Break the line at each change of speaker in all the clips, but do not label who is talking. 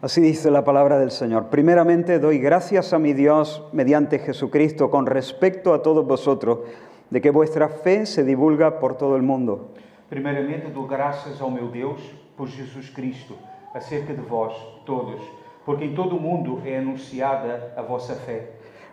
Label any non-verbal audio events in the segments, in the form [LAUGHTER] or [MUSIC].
Así dice la palabra del Señor. Primeramente doy gracias a mi Dios mediante Jesucristo con respecto a todos vosotros, de que vuestra fe se divulga por todo el mundo.
Primeiramente dou graças ao meu Deus por Jesus Cristo, acerca de vós todos, porque em todo o mundo é anunciada a vossa fé.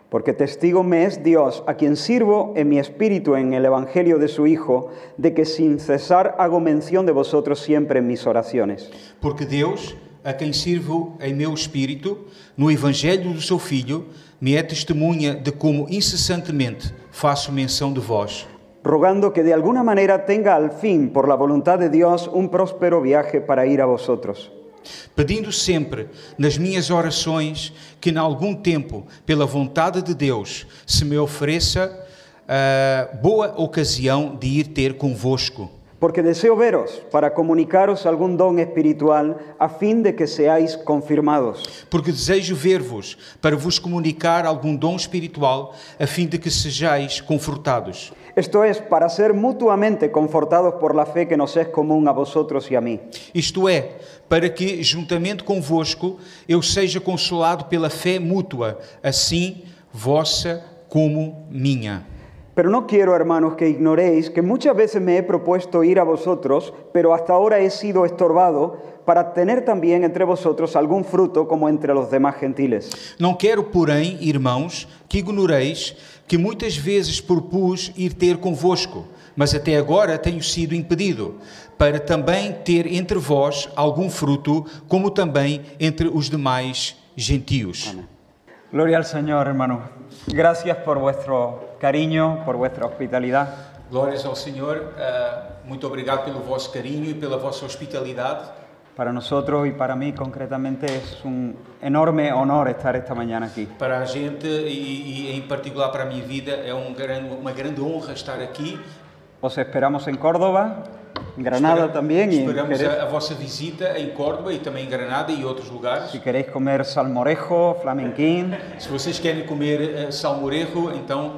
Porque testigo me es Dios, a quien sirvo en mi espíritu en el Evangelio de su Hijo, de que sin cesar hago mención de vosotros siempre en mis oraciones.
Porque Deus, a quem sirvo em meu espírito, no Evangelho do seu Filho, me é testemunha de como incessantemente faço menção de vós,
rogando que de alguna manera tenga al fin, por la voluntad de Dios, un próspero viaje para ir a vosotros,
pedindo sempre nas minhas orações que, em algum tempo, pela vontade de Deus, se me ofereça ah, boa ocasião de ir ter convosco.
porque deseo veros para comunicaros algún don espiritual a fin de que seáis confirmados.
Porque desejo ver-vos para vos comunicar algum dom espiritual, a fim de que sejais confortados.
Esto es, para ser mutuamente confortados por la fe que nos es común a vosotros y a mí.
Isto é, para que, juntamente convosco, eu seja consolado pela fé mútua, assim vossa como minha.
Pero no quiero, hermanos, que ignoréis que muchas veces me he propuesto ir a vosotros, pero hasta ahora he sido estorbado para tener también entre vosotros algún fruto como entre los demás gentiles.
Não quero, porém, irmãos, que ignoreis que muitas vezes propus ir ter convosco, mas até agora tenho sido impedido, para também ter entre vós algum fruto, como também entre os demais gentios.
Gloria al Señor, hermanos. Gracias por vuestro cariño, por vuestra hospitalidad.
Glórias ao Senhor, ah, muito obrigado pelo vosso carinho e pela vossa hospitalidade.
Para nosotros y para mí concretamente es un enorme honor estar esta mañana aquí.
Para a gente e, e em particular para a minha vida é um grande- uma grande honra estar aqui.
Os esperamos en Córdoba, en Granada
Espera-
también y en
Esperamos
Jerez.
a, a vossa visita em Córdoba e também em Granada e outros lugares.
Si queréis comer salmorejo, flamenquín,
Se vocês querem comer uh, salmorejo, então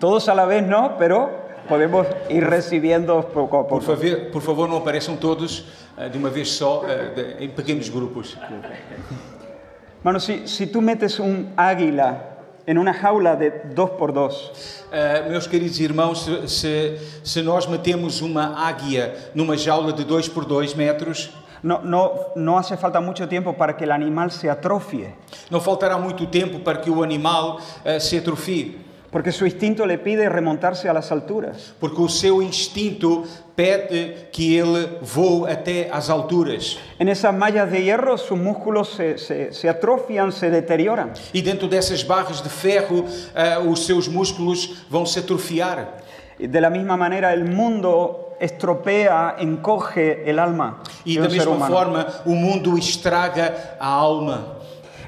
todos a la vez no, pero podemos ir recibiendo poco a
por
poco.
favor, por favor não apareçam todos ah, de uma vez só, ah, de- em pequenos grupos.
Hermano, si, si tú metes un águila en una jaula de dos por dos,
Ah, meus queridos irmãos, se, se, se nós metemos uma águia numa jaula de 2 por 2 metros,
no, no, no hace falta mucho tiempo para que el animal se atrofie,
não faltará muito tempo para que o animal ah, se atrofie,
porque su instinto le pide remontarse a las alturas.
porque o seu instinto pede que ele voe até às alturas.
En esas mallas de hierro sus músculos se, se- se atrofian, se deterioran.
E dentro dessas barras de ferro, ah, os seus músculos vão se atrofiar.
Y De la misma manera, el mundo estropea, encoge el alma de
E da
un ser
mesma
humano.
forma, o mundo estraga a alma.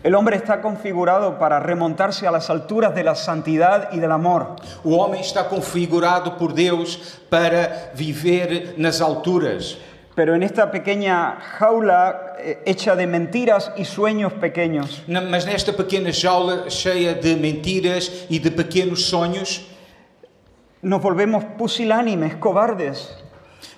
El hombre está configurado para remontarse a las alturas de la santidad y del amor.
O homem está configurado por Deus para viver nas alturas.
Pero en esta pequeña jaula eh, hecha de mentiras y sueños pequeños,
Na- Mas nesta pequena jaula cheia de mentiras e de pequenos sonhos,
nos volvemos pusilánimes, cobardes,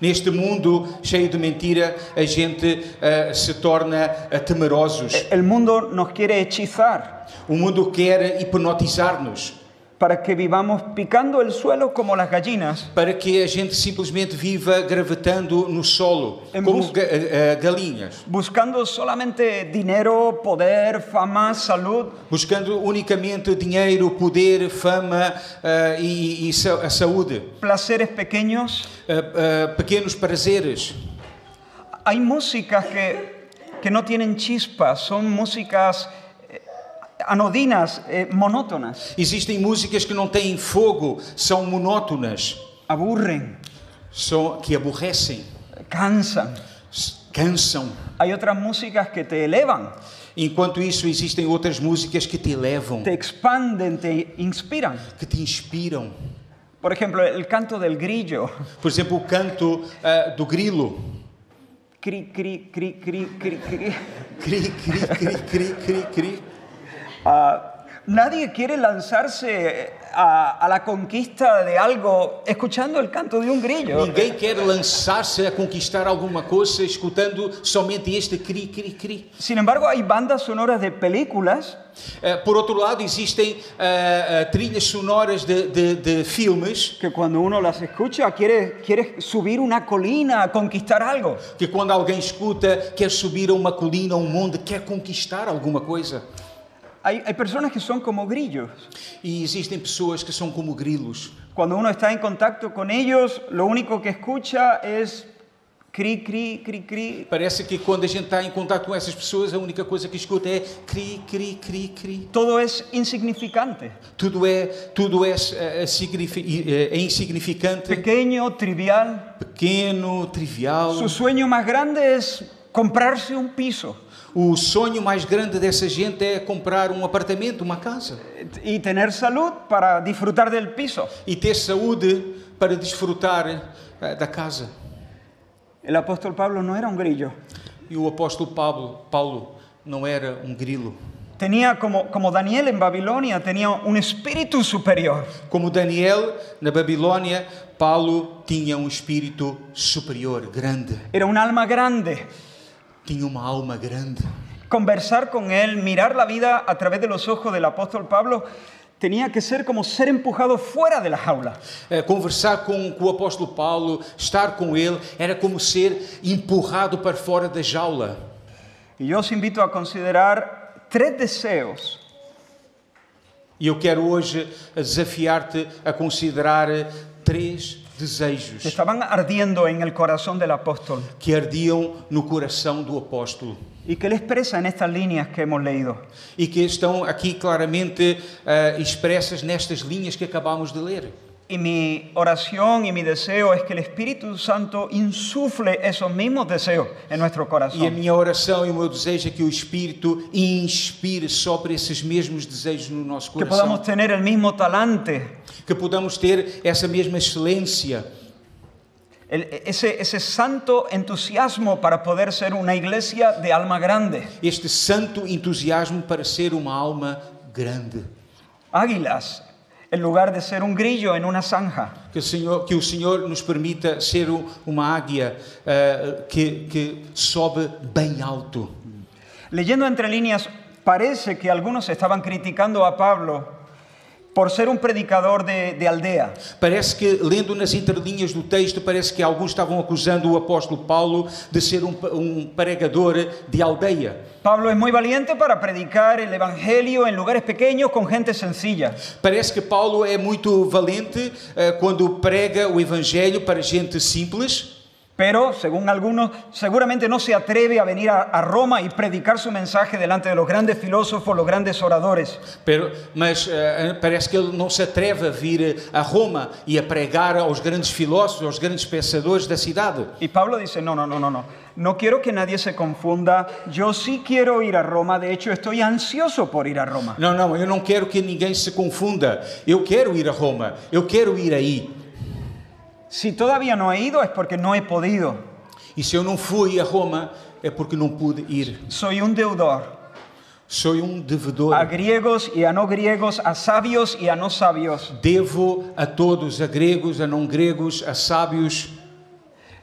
neste mundo cheio de mentira, a gente ah, se torna ah, temerosos.
E- El mundo nos quiere hechizar
O mundo quer hipnotizar-nos
para que vivamos picando el suelo como las gallinas,
para que a gente simplesmente viva gravatando no solo,
Em
como
busca-
ga- ah, ah, galinhas,
buscando solamente dinero, poder, fama, salud,
buscando unicamente dinheiro, poder, fama ah, e, e sa- a saúde,
placeres pequeños.
Ah, ah, pequenos prazeres.
Hay músicas que, que no tienen chispa, son músicas eh, anodinas, eh, monótonas,
Existem músicas que não têm fogo, são monótonas,
aburren,
são, que aborrecem,
cansan.
s- cansam.
Hay otras músicas que te elevan,
Enquanto isso, existem outras músicas que te elevam,
te expanden, te inspiran.
que te inspiram.
Por ejemplo, el canto del grillo.
Por exemplo, o canto ah, do grilo.
Cri, cri, cri, cri, cri, cri.
Cri, cri, cri, cri, cri, cri.
Ah, nadie quiere lanzarse a, a la conquista de algo escuchando el canto de un grillo.
Ninguém quer lançar-se a conquistar alguma coisa escutando somente este cri, cri, cri.
Sin embargo, hay bandas sonoras de películas
Eh, por outro lado, existem ah, ah, trilhas sonoras de, de- de filmes
que cuando uno las escucha quiere, quiere subir una colina a conquistar algo.
que, quando alguém escuta, quer subir a uma colina, a um monte, quer conquistar alguma coisa.
Hay, hay personas que son como grillos.
E existem pessoas que são como grilos.
Cuando uno está en contacto con ellos, lo único que escucha es cri, cri, cri, cri.
Parece que quando a gente está em contato com essas pessoas, a única coisa que escuta é cri, cri, cri, cri.
Todo es insignificante,
Tudo é, tudo é, eh, signifi- eh, é insignificante,
pequeño, trivial.
pequeno, trivial.
Su sueño más grande es comprarse un piso
O sonho mais grande dessa gente é comprar um apartamento, uma casa.
eh, y tener salud para disfrutar del piso.
e ter saúde para desfrutar eh, da casa.
El apóstol Pablo no era un grillo.
E o apóstolo Pablo, Paulo não era um grilo.
Tenía, como, como Daniel en Babilonia, tenía un espíritu superior.
Como Daniel na Babilônia, Paulo tinha um espírito superior, grande.
Era un alma grande.
Tinha uma alma grande.
Conversar con él, mirar la vida a través de los ojos del apóstol Pablo, tenía que ser como ser empujado fuera de la jaula.
Eh, Conversar com, com o apóstolo Paulo, estar com ele, era como ser empurrado para fora da jaula.
Y yo os invito a considerar tres deseos
E eu quero hoje desafiar-te a considerar eh, três
que
desejos
estaban ardiendo en el corazón del apóstol
que ardiam no coração do apóstolo.
y que él expresa en estas líneas que hemos leído.
e que estão aqui claramente ah, expressas nestas linhas que acabámos de ler.
Y mi oración y mi deseo es que el Espíritu Santo insufle esos mismos deseos en nuestro
E a
corazón.
minha oração e o meu desejo é que o Espírito inspire só para esses mesmos desejos no nosso
Que podamos
coração,
tener el mismo talante,
que podamos ter essa mesma excelência,
el- ese, ese santo entusiasmo para poder ser una iglesia de alma grande.
este santo entusiasmo para ser uma alma grande.
Águilas, en lugar de ser un grillo en una zanja.
Que o Senhor, que o Senhor nos permita ser um- uma águia ah, que, que sobe bem alto.
Leyendo entre líneas, parece que algunos estaban criticando a Pablo por ser un predicador de, de aldea.
Parece que, lendo nas entrelinhas do texto, parece que alguns estavam acusando o apóstolo Paulo de ser um, um pregador de aldeia.
Pablo es muy valiente para predicar el Evangelio en lugares pequeños con gente sencilla.
Parece que Paulo é muito valente eh, quando prega o evangelho para gente simples,
Pero, según algunos, seguramente no se atreve a venir a, a Roma y predicar su mensaje delante de los grandes filósofos, los grandes oradores.
pero- mas eh, parece que ele não se atreve a vir a Roma e a pregar aos grandes filósofos, aos grandes pensadores da cidade.
Y Pablo dice, no, no, no, no, no. No quiero que nadie se confunda. Yo sí quiero ir a Roma. De hecho, estoy ansioso por ir a Roma.
Não, não, eu não quero que ninguém se confunda. Eu quero ir a Roma, eu quero ir aí.
Si todavía no he ido es porque no he podido.
E se eu não fui a Roma, é porque não pude ir.
Soy un deudor
Sou um devedor.
a griegos y a no griegos, a sabios y a no sabios.
Devo a todos, a gregos, a não gregos, a sábios.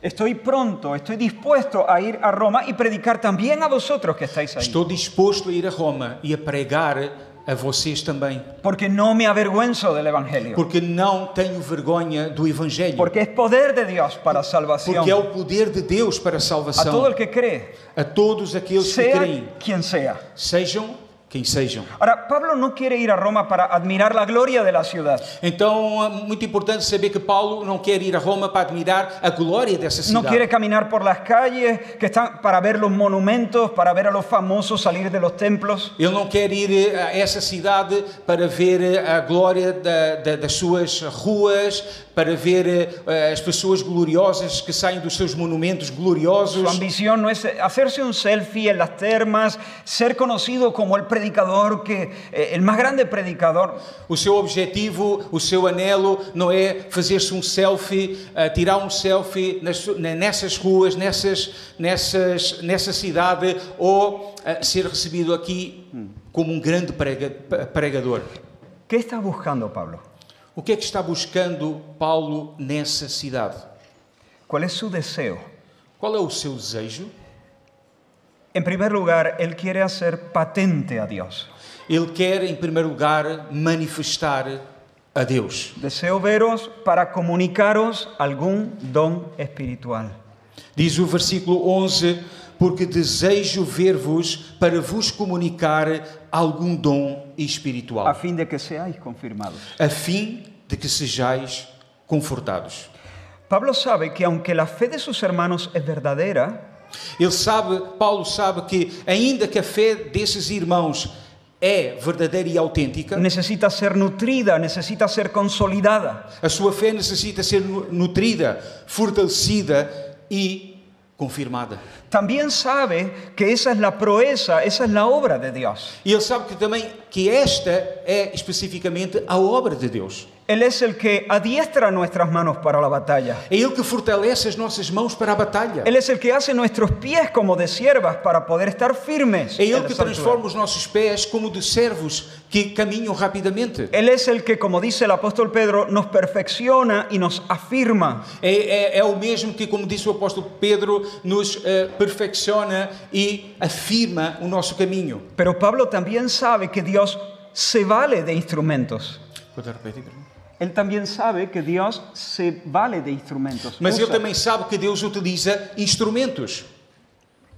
Estoy pronto, estoy dispuesto a ir a Roma y predicar también a vosotros que estáis ahí.
Estou disposto a ir a Roma e a pregar a vocês também,
Porque no me avergüenzo del Evangelio.
porque não tenho vergonha do evangelho,
Porque es poder de Dios para salvación.
porque é o poder de Deus para a
A todo el
salvação
que cree,
a todos aqueles que creem,
sea quien sea.
sejam quem sejam.
Ahora, Pablo no quiere ir a Roma para admirar la gloria de la ciudad.
Então, é muito importante saber que Paulo não quer ir a Roma para admirar a glória dessa
No quiere
cidade.
caminar por las calles que están para ver los monumentos, para ver a los famosos salir de los templos.
Ele não quer ir eh, a essa cidade para ver eh, a glória da- da- das suas ruas, para ver eh, as pessoas gloriosas que saem dos seus monumentos
Su
gloriosos.
ambición no es hacerse un selfie en las termas, ser conocido como el predicador que eh, el más grande predicador.
O seu objetivo, o seu anelo não é fazer-se um selfie, eh, tirar um selfie nas su- ne- nessas ruas, nessas, nessas, nessa cidade ou eh, ser recebido aqui como um grande prega- pregador.
¿Qué está buscando Pablo?
O que é que está buscando Paulo nessa cidade?
¿Cuál es su deseo?
Qual é o seu desejo?
En primer lugar, él quiere hacer patente a Dios.
Ele quer, em primeiro lugar, manifestar a Deus.
Deseo veros para comunicaros algún don espiritual.
Diz o versículo 11: Porque desejo ver-vos para vos comunicar algum dom espiritual,
a fin de que seáis confirmados.
a fim de que sejais confortados.
Pablo sabe que aunque la fe de sus hermanos es verdadera,
Ele sabe, Paulo sabe que, ainda que a fé desses irmãos é verdadeira e autêntica,
necesita ser nutrida, necesita ser consolidada.
a sua fé necessita ser nu- nutrida, fortalecida e confirmada.
También sabe que esa es la proeza, esa es la obra de Dios.
E ele sabe que também que esta é especificamente a obra de Deus.
Él es el que adiestra nuestras manos para la batalla.
É Ele que fortalece as nossas mãos para a batalha.
Él es el que hace nuestros pies como de siervas para poder estar firmes.
É
en
Ele
el
que
santuario.
transforma os nossos pés como de servos que caminham rapidamente.
Él es el que, como dice el apóstol Pedro, nos perfecciona y nos afirma.
É, é- é o mesmo que, como disse o apóstolo Pedro, nos eh, perfecciona e afirma o nosso caminho.
Pero Pablo también sabe que Dios se vale de instrumentos.
Pode repetir, por favor?
Él también sabe que Dios se vale de instrumentos.
Mas ele
usa.
também sabe que Deus utiliza instrumentos.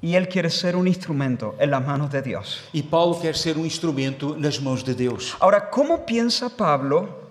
Y él quiere ser un instrumento en las manos de Dios.
E Paulo quer ser um instrumento nas mãos de Deus.
Ahora, ¿cómo piensa Pablo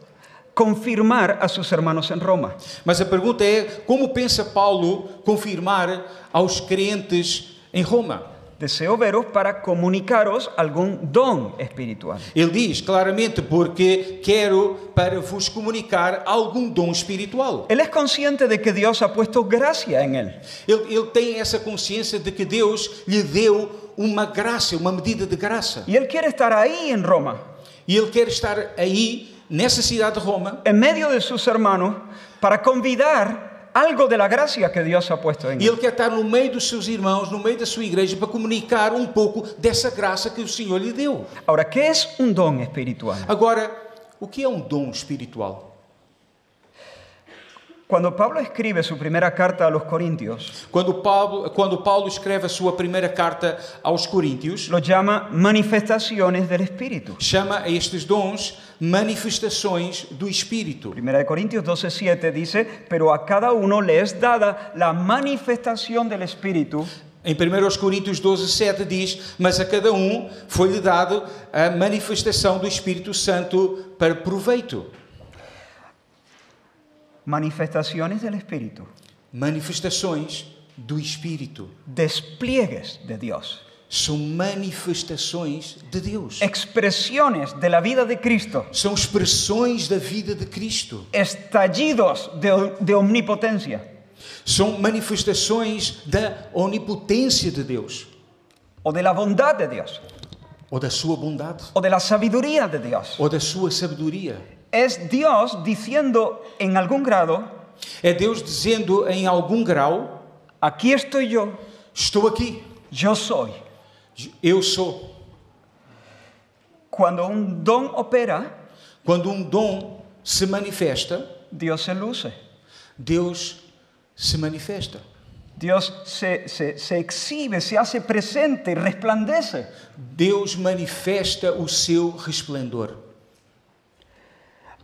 confirmar a sus hermanos en Roma?
Mas a pergunta é: como pensa Paulo confirmar aos crentes em Roma?
Deseo veros para comunicaros algún don espiritual.
Ele diz claramente porque quero para vos comunicar algum dom espiritual.
Él es consciente de que Dios ha puesto gracia en él.
Ele, ele tem essa consciência de que Deus lhe deu uma graça, uma medida de graça.
Y él quiere estar ahí en Roma,
E ele quer estar aí, nessa cidade de Roma,
en medio de sus hermanos, para convidar algo de la gracia que Dios ha puesto en
e
él.
ele quer estar no meio dos seus irmãos, no meio da sua igreja, para comunicar um pouco dessa graça que o Senhor lhe deu.
Ahora, ¿qué es un don espiritual?
Agora, o que é um dom espiritual?
Cuando Pablo escribe su primera carta a los Corintios,
Quando Paulo, quando Paulo escreve a sua primeira carta aos Coríntios,
lo llama manifestaciones del Espíritu.
chama a estes dons manifestações do Espírito.
Primera de Corintios 12:7 dice, pero a cada uno le es dada la manifestación del Espíritu
Em 1 Coríntios 12, 7 diz: Mas a cada um foi-lhe dado a manifestação do Espírito Santo para proveito.
manifestaciones del Espíritu,
Manifestações do Espírito
despliegues de Dios,
são manifestações de Deus,
expresiones de la vida de Cristo,
são expressões da vida de Cristo,
estallidos de, de omnipotencia
são manifestações da onipotência de Deus
o de la bondad de Dios
ou da sua bondade
o de la sabiduría de Dios.
ou da sua sabedoria.
Es Dios diciendo en algún grado,
É Deus dizendo em algum grau
aquí estoy yo,
Estou aqui.
yo soy.
Eu sou.
Cuando un don opera,
Quando um dom se manifesta,
Dios se luce.
Deus se manifesta.
Dios se, se- se exhibe, se hace presente, resplandece.
Deus manifesta o seu resplendor.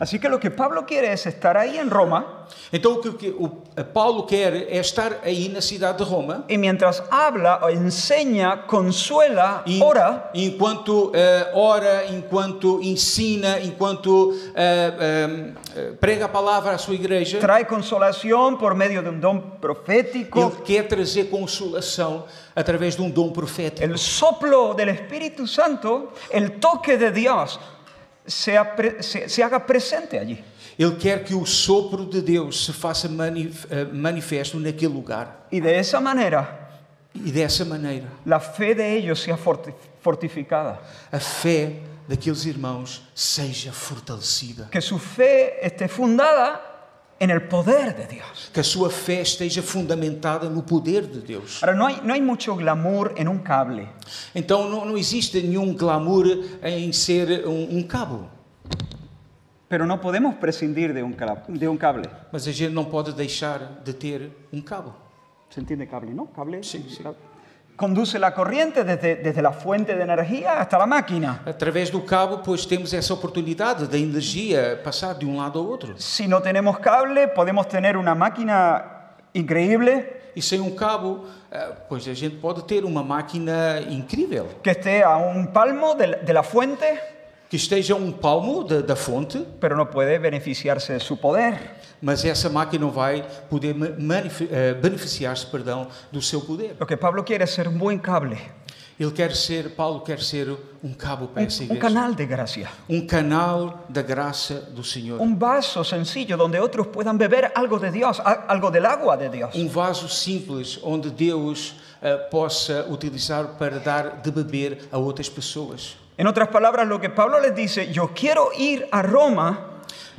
Así que lo que Pablo quiere es estar ahí en Roma
Então o que, o que o a Paulo quer é estar aí na cidade de Roma
y mientras habla, o enseña, consuela,
e
ora,
enquanto eh, ora, enquanto ensina, enquanto eh, eh, prega a palavra à sua igreja,
trae consolación por medio de un don profético,
ele quer trazer consolação através de um dom profético.
el soplo del Espíritu Santo, el toque de Dios, sea pre- se- se haga presente allí.
Ele quer que o sopro de Deus se faça manif- eh, manifesto naquele lugar.
Y de esa manera,
E dessa maneira,
la fe de ellos sea forti- fortificada.
a fé daqueles irmãos seja fortalecida.
que su fe esté fundada en el poder de Dios.
Que a sua fé esteja fundamentada no poder de Deus.
Ahora, no hay, no hay mucho glamour en un cable.
Então não, não existe nenhum glamour em ser um, um cabo.
Pero no podemos prescindir de un, cla- de un cable.
Mas a gente não pode deixar de ter um cabo.
¿Se entiende cable, no? Cable.
Sí, sí.
cable. Conduce la corriente desde, desde la fuente de energía hasta la máquina.
Através do cabo, pois temos essa oportunidade da energia passar de um lado ao outro.
Si no tenemos cable, podemos tener una máquina increíble
E sem um cabo, eh, pois a gente pode ter uma máquina incrível
que esté a un palmo de la, de la fuente,
que esteja a um palmo da, da fonte,
pero no puede beneficiarse de su poder.
mas essa máquina não vai poder ma- manife- eh, beneficiar-se, perdão, do seu poder.
Lo que Pablo quiere es ser un buen cable,
Ele quer ser, Paulo quer ser um cabo para
un,
essa
un
igreja.
canal de gracia,
Um canal da graça do Senhor.
un vaso sencillo donde otros puedan beber algo de Dios, a- algo del agua de Dios.
Um vaso simples onde Deus eh, possa utilizar para dar de beber a outras pessoas.
En otras palabras, lo que Pablo les dice, yo quiero ir a Roma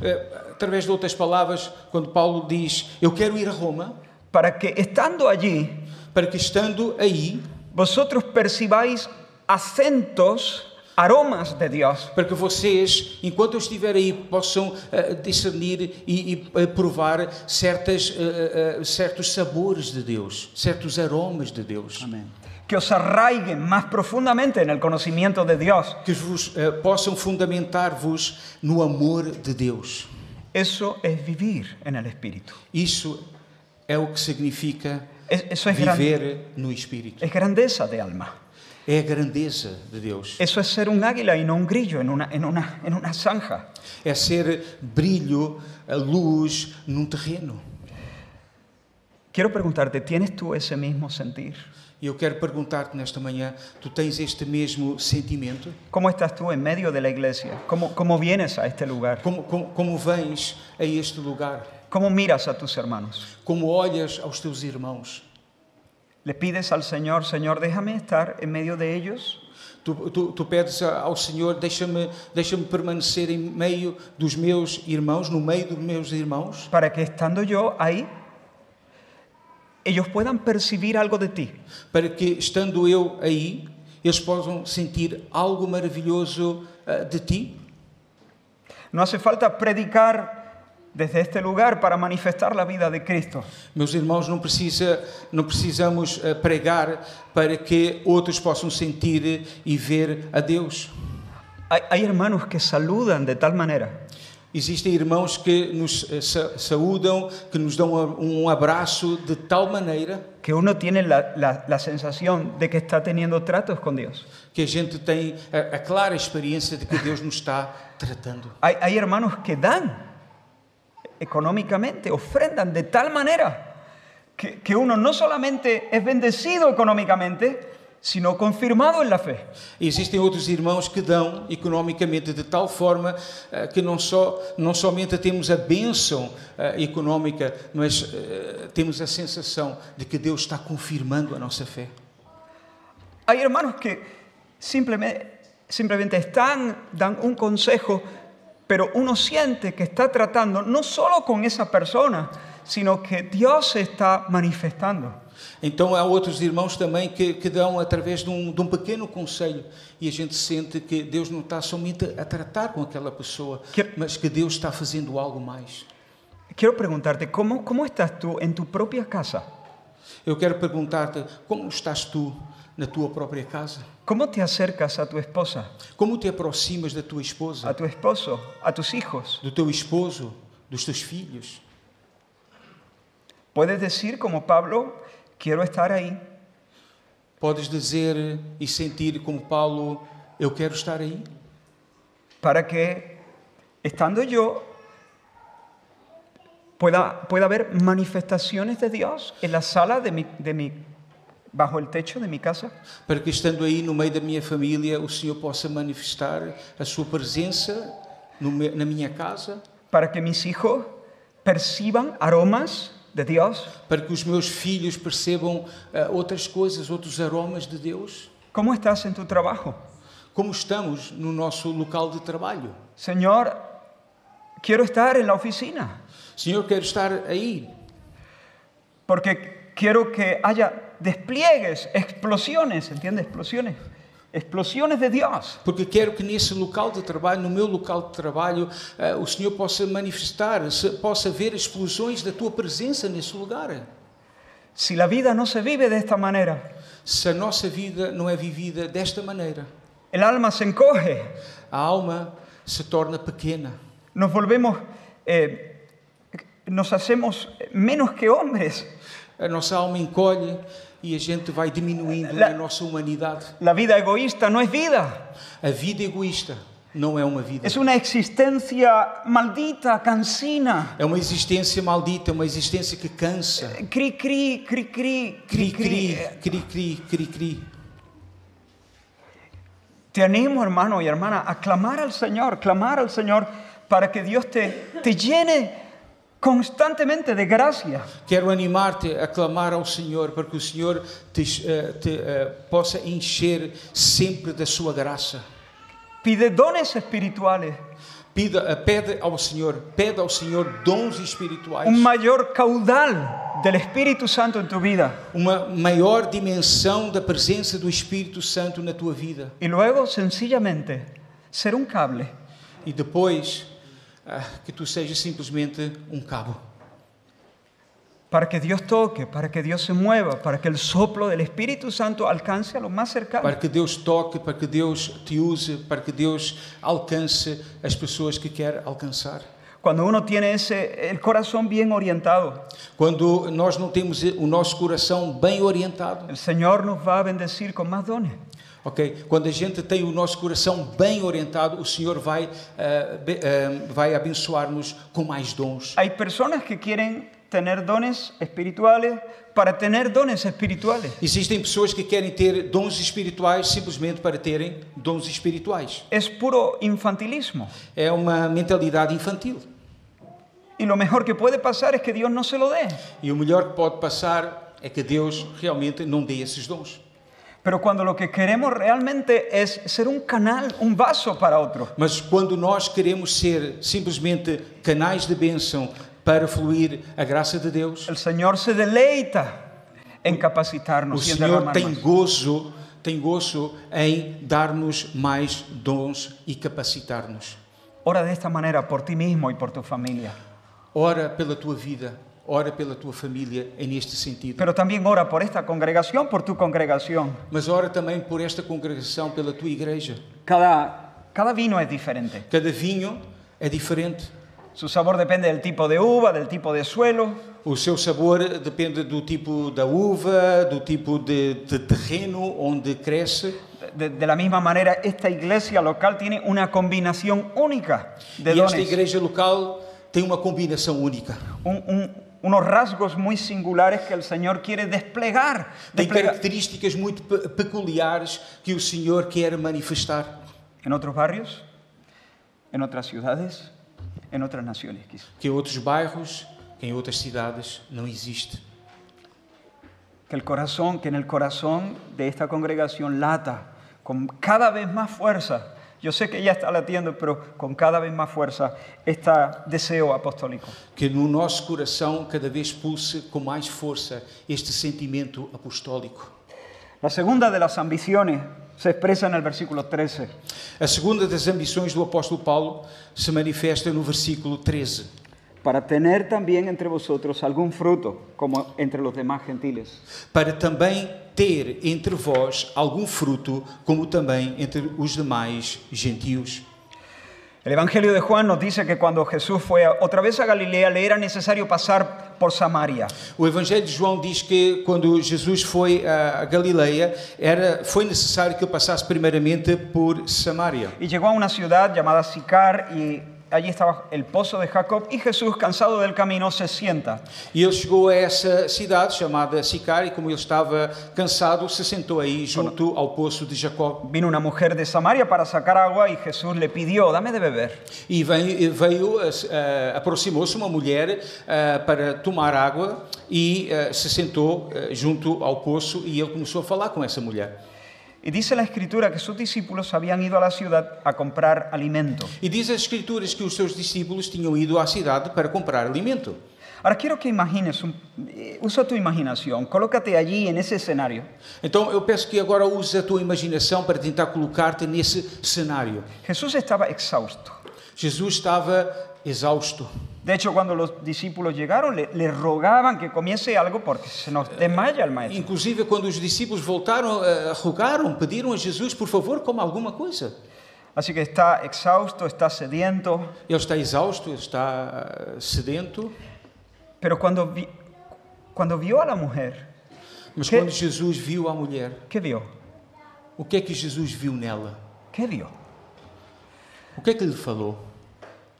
Eh, através de outras palavras, quando Paulo diz: Eu quero ir a Roma,
para que estando allí
para que estando aí,
vosotros percibáis acentos, aromas de Dios.
para que vocês, enquanto eu estiver aí, possam eh, discernir e, e, eh, provar certas, eh, eh, certos sabores de Deus, certos aromas de Deus.
Que os arraiguen más profundamente en el conocimiento de Dios.
Que vos, eh, possam fundamentar-vos no amor de Deus.
Eso es vivir en el Espíritu.
Isso é o que significa
Es- eso es, gran-
viver no Espírito.
es grandeza de alma.
É a grandeza de Deus.
Eso es ser un águila y no un grillo en una, en una, en una zanja.
É ser brilho, a luz num terreno.
Quiero preguntarte, ¿tienes tú ese mismo sentir?
E eu quero perguntar-te nesta manhã: tu tens este mesmo sentimento?
¿Cómo estás tú en medio de la iglesia? ¿Cómo, cómo vienes a este lugar?
Como, como, como vens a este lugar?
¿Cómo miras a tus hermanos?
Como olhas aos teus irmãos?
¿Le pides al Señor, Señor, déjame estar en medio de ellos?
Tu, tu, tu pedes a- ao Senhor: deixa-me deixa permanecer em meio dos meus irmãos, no meio dos meus irmãos,
para que estando yo ahí, ellos puedan percibir algo de ti.
para que estando eu aí, eles possam sentir algo maravilhoso ah, de ti?
No hace falta predicar desde este lugar para manifestar la vida de Cristo.
Meus irmãos, não, precisa, não precisamos eh, pregar para que outros possam sentir e ver a Deus.
Hay, hay hermanos que saludan de tal manera
Existem irmãos que nos eh, sa- saúdam, que nos dão a- um abraço de tal maneira
que uno tiene la, la- la sensación de que está teniendo tratos con Dios.
que a gente tem a, a clara experiência de que Deus nos está tratando.
Hay, hay hermanos que dan económicamente, ofrendan de tal manera que, que uno no solamente es bendecido económicamente, sino confirmado en la fe.
Existem outros irmãos que dão economicamente de tal forma eh, que não, só, não somente temos a bênção eh, económica, mas eh, temos a sensação de que Deus está confirmando a nossa fé.
Hay hermanos que simplemente, simplemente están, dan un consejo, pero uno siente que está tratando no solo con esa persona, sino que Dios se está manifestando.
Então há outros irmãos também que, que dão através de um, de um pequeno conselho e a gente sente que Deus não está somente a tratar com aquela pessoa,
Que-
mas que Deus está fazendo algo mais.
Quiero preguntarte, ¿cómo, cómo estás tú en tu propia casa?
Eu quero perguntar-te como estás tu na tua própria casa?
¿Cómo te acercas a tu esposa,
Como te aproximas da tua
a
esposa,
tu esposo, a tus hijos?
do teu esposo, dos teus filhos?
Puedes decir como Pablo, quiero estar ahí,
Podes dizer e sentir como Paulo, eu quero estar aí,
para que estando yo pueda, pueda haber manifestaciones de Dios en la sala de mi, de mi- bajo el techo de mi casa,
para que estando aí no meio da minha família, o Senhor possa manifestar a sua presença no me- na minha casa.
para que mis hijos perciban aromas de Dios.
para que os meus filhos percebam ah, outras coisas, outros aromas de Deus.
¿Cómo estás en tu trabajo?
Como estamos no nosso local de trabalho.
Señor, quiero estar en la oficina
Senhor, quero estar aí,
porque quiero que haya despliegues, explosiones, ¿entiendes? Explosiones explosiones de Dios.
Porque quero que nesse local de trabalho, no meu local de trabalho, eh, o Senhor possa manifestar, se- possa ver explosões da tua presença nesse lugar.
Si la vida no se vive de esta manera,
Se a nossa vida não é vivida desta maneira,
el alma se encoge,
a alma se torna pequena.
nos volvemos, eh, nos hacemos menos que hombres.
A nossa alma encolhe e a gente vai diminuindo
La-
a nossa humanidade.
La vida egoísta no es vida,
A vida egoísta não é uma vida.
es una existencia maldita, cansina.
É uma existência maldita, é uma existência que cansa.
Cri, cri, cri, cri, cri, cri.
Cri, cri,
Eh,
cri, cri, cri, cri.
Te animo, hermano y hermana, a clamar al Señor, clamar al Señor para que Dios te, te llene constantemente de gracia.
Quero animar-te a clamar ao Senhor para que o Senhor te, eh, te, eh, possa encher sempre da sua graça.
Pide dones espirituales,
Pida, eh, pede ao Senhor, pede ao Senhor dons espirituais,
un mayor caudal del Espíritu Santo en tu vida.
uma maior dimensão da presença do Espírito Santo na tua vida.
Y luego, sencillamente, ser un cable
E depois ah, que tu sejas simplesmente um cabo,
para que Dios toque, para que Dios se mueva, para que el soplo del Espíritu Santo alcance a lo más
para
cercano.
que Deus toque, para que Deus te use, para que Deus alcance as pessoas que quer alcançar.
Cuando uno tiene ese, el corazón bien orientado,
Quando nós não temos o nosso coração bem orientado,
el Señor nos va a bendecir con más dones.
Ok? Quando a gente tem o nosso coração bem orientado, o Senhor vai, eh, be- eh, vai abençoar-nos com mais dons.
Hay personas que quieren tener dones espirituales para tener dones espirituales.
Existem pessoas que querem ter dons espirituais simplesmente para terem dons espirituais.
Es puro infantilismo.
É uma mentalidade infantil.
Y lo mejor que puede pasar es que Dios no se lo dé.
E o melhor que pode passar é que Deus realmente não dê esses dons.
Pero cuando lo que queremos realmente es ser un canal, un vaso para otro,
Mas quando nós queremos ser simplesmente canais de bênção para fluir a graça de Deus,
el Señor se deleita en
O
capacitarnos y en
Senhor
derramar
tem
más.
gozo, tem gozo em dar-nos mais dons e capacitar-nos.
Ora de esta manera por ti mismo y por tu familia.
Ora pela tua vida, ora pela tua família é neste sentido.
Pero también ora por esta congregación, por tu congregación.
Mas ora também por esta congregação, pela tua igreja.
Cada, cada vino es diferente.
Cada vinho é diferente.
Su sabor depende del tipo de uva, del tipo de suelo,
O seu sabor depende do tipo da uva, do tipo de, de terreno onde cresce.
De, de la misma manera, esta iglesia local tiene una combinación única de
E esta
dones,
igreja local tem uma combinação única.
un- un- unos rasgos muy singulares que el Señor quiere desplegar.
Tem
desplega-
características muito pe- peculiares que o Senhor quer manifestar,
En otros barrios, en otras ciudades, en otras naciones quizás.
que em outros bairros, que em outras cidades não existe.
Que el corazón, que en el corazón de esta congregación lata con cada vez más fuerza. Yo sé que ya está latiendo, pero con cada vez más fuerza este deseo apostólico.
Que no nosso coração cada vez pulse com mais força este sentimento apostólico.
La segunda de las ambiciones se expresa en el versículo 13.
A segunda das ambições do apóstolo Paulo se manifesta no versículo 13,
para tener también entre vosotros algún fruto, como entre los demás gentiles.
para também ter entre vós algum fruto, como também entre os demais gentios.
El Evangelio de Juan nos dice que cuando Jesús fue a- otra vez a Galilea le era necesario pasar por Samaria.
O Evangelho de João diz que quando Jesus foi a Galileia, era, foi necessário que ele passasse primeiramente por Samaria.
Y llegó a una ciudad llamada Sicar y allí estaba el pozo de Jacob y Jesús, cansado del camino, se sienta.
E ele chegou a essa cidade chamada Sicar e como ele estava cansado, se sentou aí junto ao poço de Jacó.
Vino una mujer de Samaria para sacar agua y Jesús le pidió, dame de beber.
E vem- e veio, eh, eh, aproximou-se uma mulher eh, para tomar água e eh, se sentou eh, junto ao poço e ele começou a falar com essa mulher.
Y dice la escritura que sus discípulos habían ido a la ciudad a comprar alimento.
E diz as escrituras que os seus discípulos tinham ido à cidade para comprar alimento.
Ahora quiero que imagines, un- eh, usa tu imaginación, colócate allí en ese escenario.
Então eu peço que agora use a tua imaginação para tentar colocar-te nesse cenário.
Jesús estaba exhausto.
Jesus estava exausto.
De hecho, cuando los discípulos llegaron, le, le rogaban que comiese algo porque se nos desmaya el maestro.
Inclusive quando os discípulos voltaram, eh, rogaram, pediram a Jesus, por favor, coma alguma coisa.
Así que está exhausto, está sediento,
Ele está exausto, ele está eh, sedento.
pero cuando, vi- cuando vio a la mujer,
Mas
Que-
quando Jesus viu a mulher,
¿qué vio?
o que é que Jesus viu nela?
¿Qué vio?
O que é que lhe falou?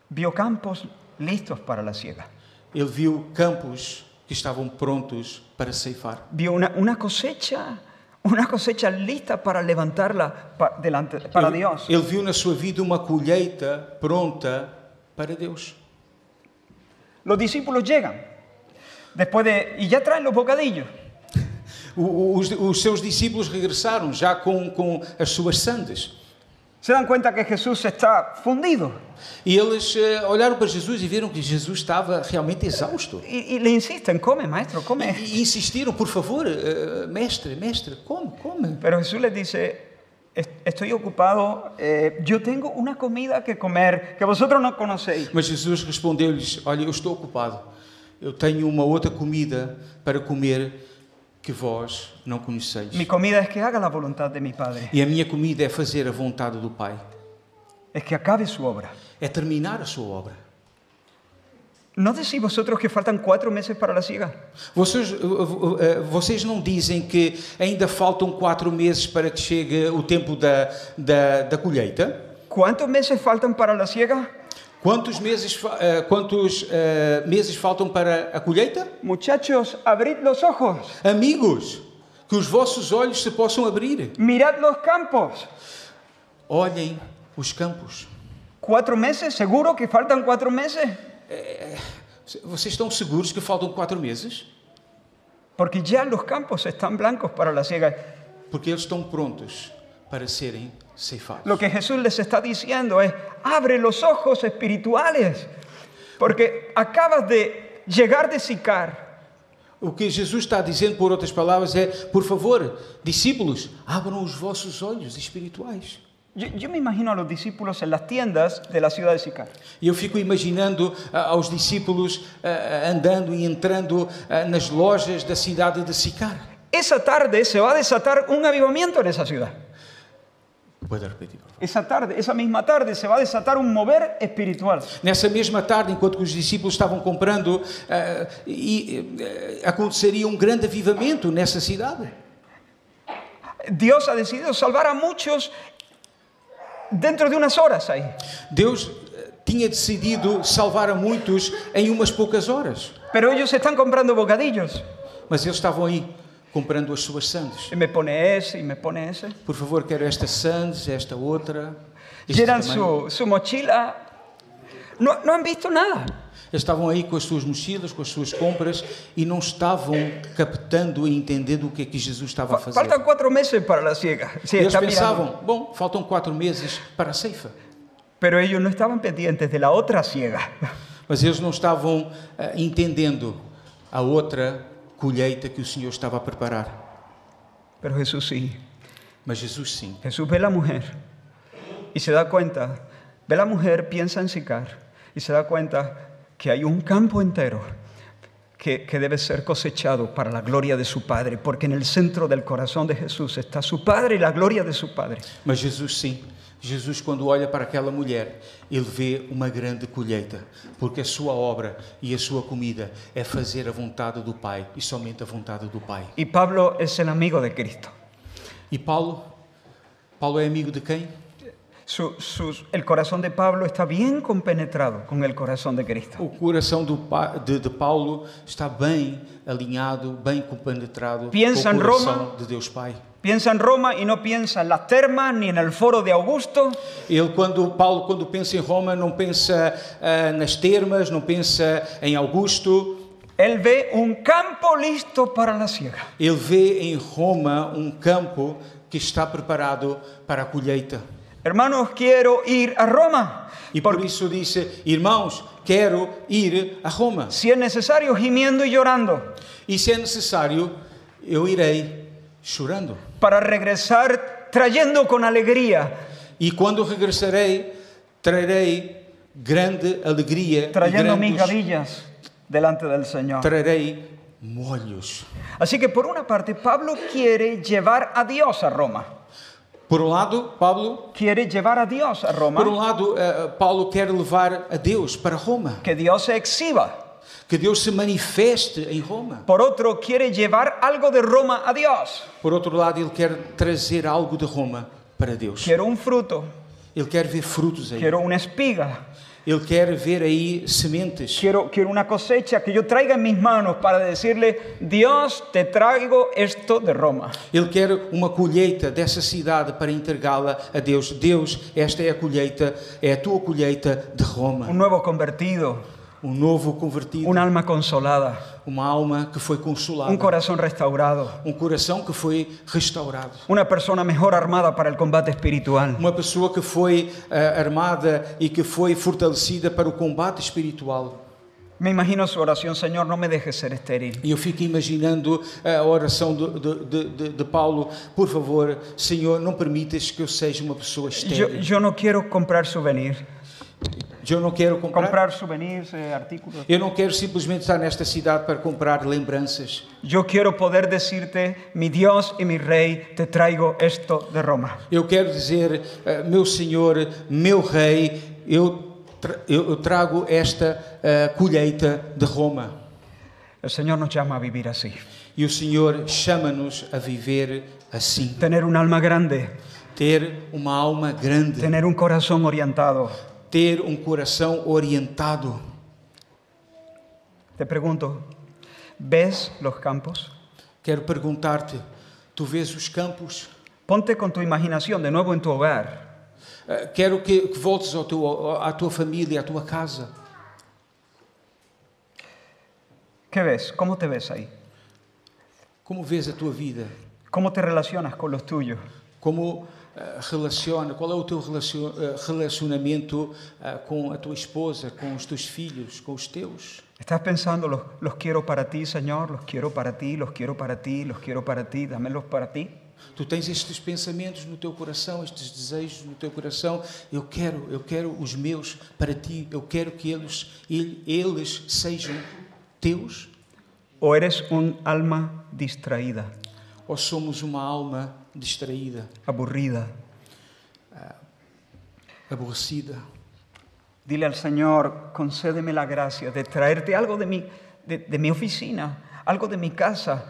Vio campos listos para la siega.
Ele viu campos que estavam prontos para ceifar.
Vio una, una cosecha, una cosecha lista para levantarla pa- delante, para
ele,
Dios.
Ele viu na sua vida uma colheita pronta para Deus.
Los discípulos llegan después de y ya traen los bocadillos.
O- o- os, os seus discípulos regressaram já com, com as suas sandes.
Se dan cuenta que Jesús está fundido
E eles eh, olharam para Jesus e viram que Jesus estava realmente exausto.
y, y le insisten, come maestro, come.
E insistiram, por favor, eh, mestre, mestre, come, come.
Pero Jesús les dice, "Es- estoy ocupado, eh, yo tengo una comida que comer que vosotros no conocéis.
Mas Jesus respondeu-lhes: Olha, eu estou ocupado. Eu tenho uma outra comida para comer que vós não conheceis.
Mi comida es que haga la voluntad de mi Padre,
E a minha comida é fazer a vontade do Pai,
es que acabe su obra.
é terminar a sua obra.
¿No decís vosotros que faltan cuatro meses para la siega?
Vocês, eh, eh, vocês não dizem que ainda faltam quatro meses para que chegue o tempo da, da, da colheita?
¿Cuántos meses faltan para la siega?
Quantos, meses, fa- eh, quantos eh, meses faltam para a colheita?
Muchachos, abrid los ojos,
Amigos, que os vossos olhos se possam abrir.
mirad los campos.
Olhem os campos.
¿Cuatro meses? ¿Seguro que faltan cuatro meses?
Vocês estão seguros que faltam quatro meses?
Porque ya los campos están blancos para la siega.
Porque eles estão prontos para serem ceifados.
Lo que Jesús les está diciendo es, abre los ojos espirituales, porque acabas de llegar de sicar.
O que Jesus está dizendo, por outras palavras, é: por favor, discípulos, abram os vossos olhos espirituais.
Yo, yo me imagino a los discípulos en las tiendas de la ciudad de Sicar.
E eu fico imaginando ah, aos discípulos ah, ah, andando e entrando ah, nas lojas da cidade de Sicar.
Esa tarde se va a desatar un avivamiento en esa ciudad.
Pode repetir, por favor.
Esa tarde, esa misma tarde se va a desatar un mover espiritual.
Nessa mesma tarde, enquanto que os discípulos estavam comprando, ah, e, eh, aconteceria um grande avivamento nessa cidade.
Dios ha decidido salvar a muchos dentro de unas horas ahí.
Deus eh, tinha decidido salvar a muitos em umas poucas horas,
Pero ellos están comprando bocadillos.
mas eles estavam aí comprando as suas sandes.
Y me pone ese y me pone ese.
Por favor, quero esta sandes, esta outra. este
Llenan
tamanho.
su, su mochila. No, no han visto nada.
Eles estavam aí com as suas mochilas, com as suas compras e não estavam captando e entendendo o que é que Jesus estava a
Fa-
fazer.
Faltan cuatro meses para la ciega. Sí,
eles
están mirando.
pensavam, bom, faltam quatro meses para a ceifa.
Pero ellos no estaban pendientes de la otra ciega.
Mas eles não estavam ah, entendendo a outra colheita que o Senhor estava a preparar.
[LAUGHS] Pero Jesús sí.
Mas Jesus sim.
Jesús ve a la mujer y se da cuenta. Ve a la mujer, piensa en sicar y se da cuenta que hay un campo entero que, que debe ser cosechado para la gloria de su Padre, porque en el centro del corazón de Jesús está su Padre y la gloria de su Padre.
Mas Jesus sim. Jesus, quando olha para aquela mulher, ele vê uma grande colheita, porque a sua obra e a sua comida é fazer a vontade do Pai e somente a vontade do Pai.
Y Pablo es el amigo de Cristo.
E Paulo? Paulo é amigo de quem?
Su- sus- el corazón de Pablo está bien compenetrado con el corazón de Cristo.
O coração do Pa- de, de Paulo está bem alinhado, bem compenetrado
Piensa
com
em
o coração
Roma.
de Deus Pai.
Piensa en Roma y no piensa en las termas ni en el foro de Augusto.
Ele, quando Paulo, quando pensa em Roma, não pensa ah, nas termas, não pensa em Augusto.
Él ve un campo listo para la siega.
Ele vê em Roma um campo que está preparado para a colheita.
Hermanos, quiero ir a Roma.
E por isso disse: Irmãos, quero ir a Roma.
Si es necesario, gimiendo y llorando.
E se é necessário, eu irei chorando.
Para regresar trayendo con alegría.
E quando regressarei, trarei grande alegria, e
Trayendo mis
grandes,
gavillas delante del Señor.
trarei molhos.
Así que por una parte, Pablo quiere llevar a Dios a Roma.
Por um lado, Paulo,
Quiere llevar a Dios a
por um
Roma.
lado, eh, Paulo quer levar a Deus para Roma,
Que Dios se exhiba.
que Deus se manifeste em Roma.
Por otro, quiere llevar algo de Roma a Dios.
Por outro lado, ele quer trazer algo de Roma para Deus.
Quiero un fruto.
Ele quer ver frutos aí.
Quiero una espiga.
Ele quer ver aí sementes.
Quiero, quiero una cosecha que yo traiga en mis manos para decirle, Dios, te traigo esto de Roma.
Ele quer uma colheita dessa cidade para entregá-la a Deus. Deus, esta é a colheita, é a tua colheita de
Un
Roma.
nuevo convertido,
Um novo convertido,
un alma consolada,
uma alma que foi consolada,
un corazón restaurado,
um coração que foi restaurado,
una persona mejor armada para el combate espiritual.
uma pessoa que foi ah, armada e que foi fortalecida para o combate espiritual.
Me imagino su oración, Señor, no me dejes ser estéril.
E eu fico imaginando a oração de, de- de- de- de Paulo: por favor, Senhor, não permitas que eu seja uma pessoa
Yo,
estéril.
yo no quiero comprar souvenir.
Eu não quero comprar.
Comprar souvenirs, eh, artículos.
Eu não quero simplesmente estar nesta cidade para comprar lembranças.
Yo quiero poder decirte, mi Dios y mi Rey, te traigo esto de Roma.
Eu quero dizer, eh, meu Senhor, meu Rei, eu, tra- eu eu trago esta eh, colheita de Roma.
El Señor nos llama a vivir así.
E o Senhor chama-nos a viver assim.
Tener un alma grande,
Ter uma alma grande,
tener un corazón orientado.
ter um coração orientado.
Te pregunto, ¿ves los campos?
Quero perguntar-te, tu vês os campos?
Ponte con tu imaginación de nuevo en tu hogar.
Eh, Quero que, que voltes ao teu, à tua família, à tua casa.
¿Qué ves? ¿Cómo te ves ahí?
Como vês a tua vida?
¿Cómo te relacionas con los tuyos?
Como eh, relaciona, qual é o teu relacio- eh, relacionamento ah, com a tua esposa, com os teus filhos, com os teus?
Estás pensando, los, los quiero para ti, Señor, los quiero para ti, los quiero para ti, los quiero para ti, dámelos para ti.
Tu tens estes pensamentos no teu coração, estes desejos no teu coração. Eu quero, eu quero os meus para ti. Eu quero que eles, ele- eles sejam teus.
¿O eres un alma distraída,
Ou somos uma alma distraída,
aburrida?
aborrecida?
Dile al Señor, concédeme la gracia de traerte algo de mi, de, de mi oficina, algo de mi casa,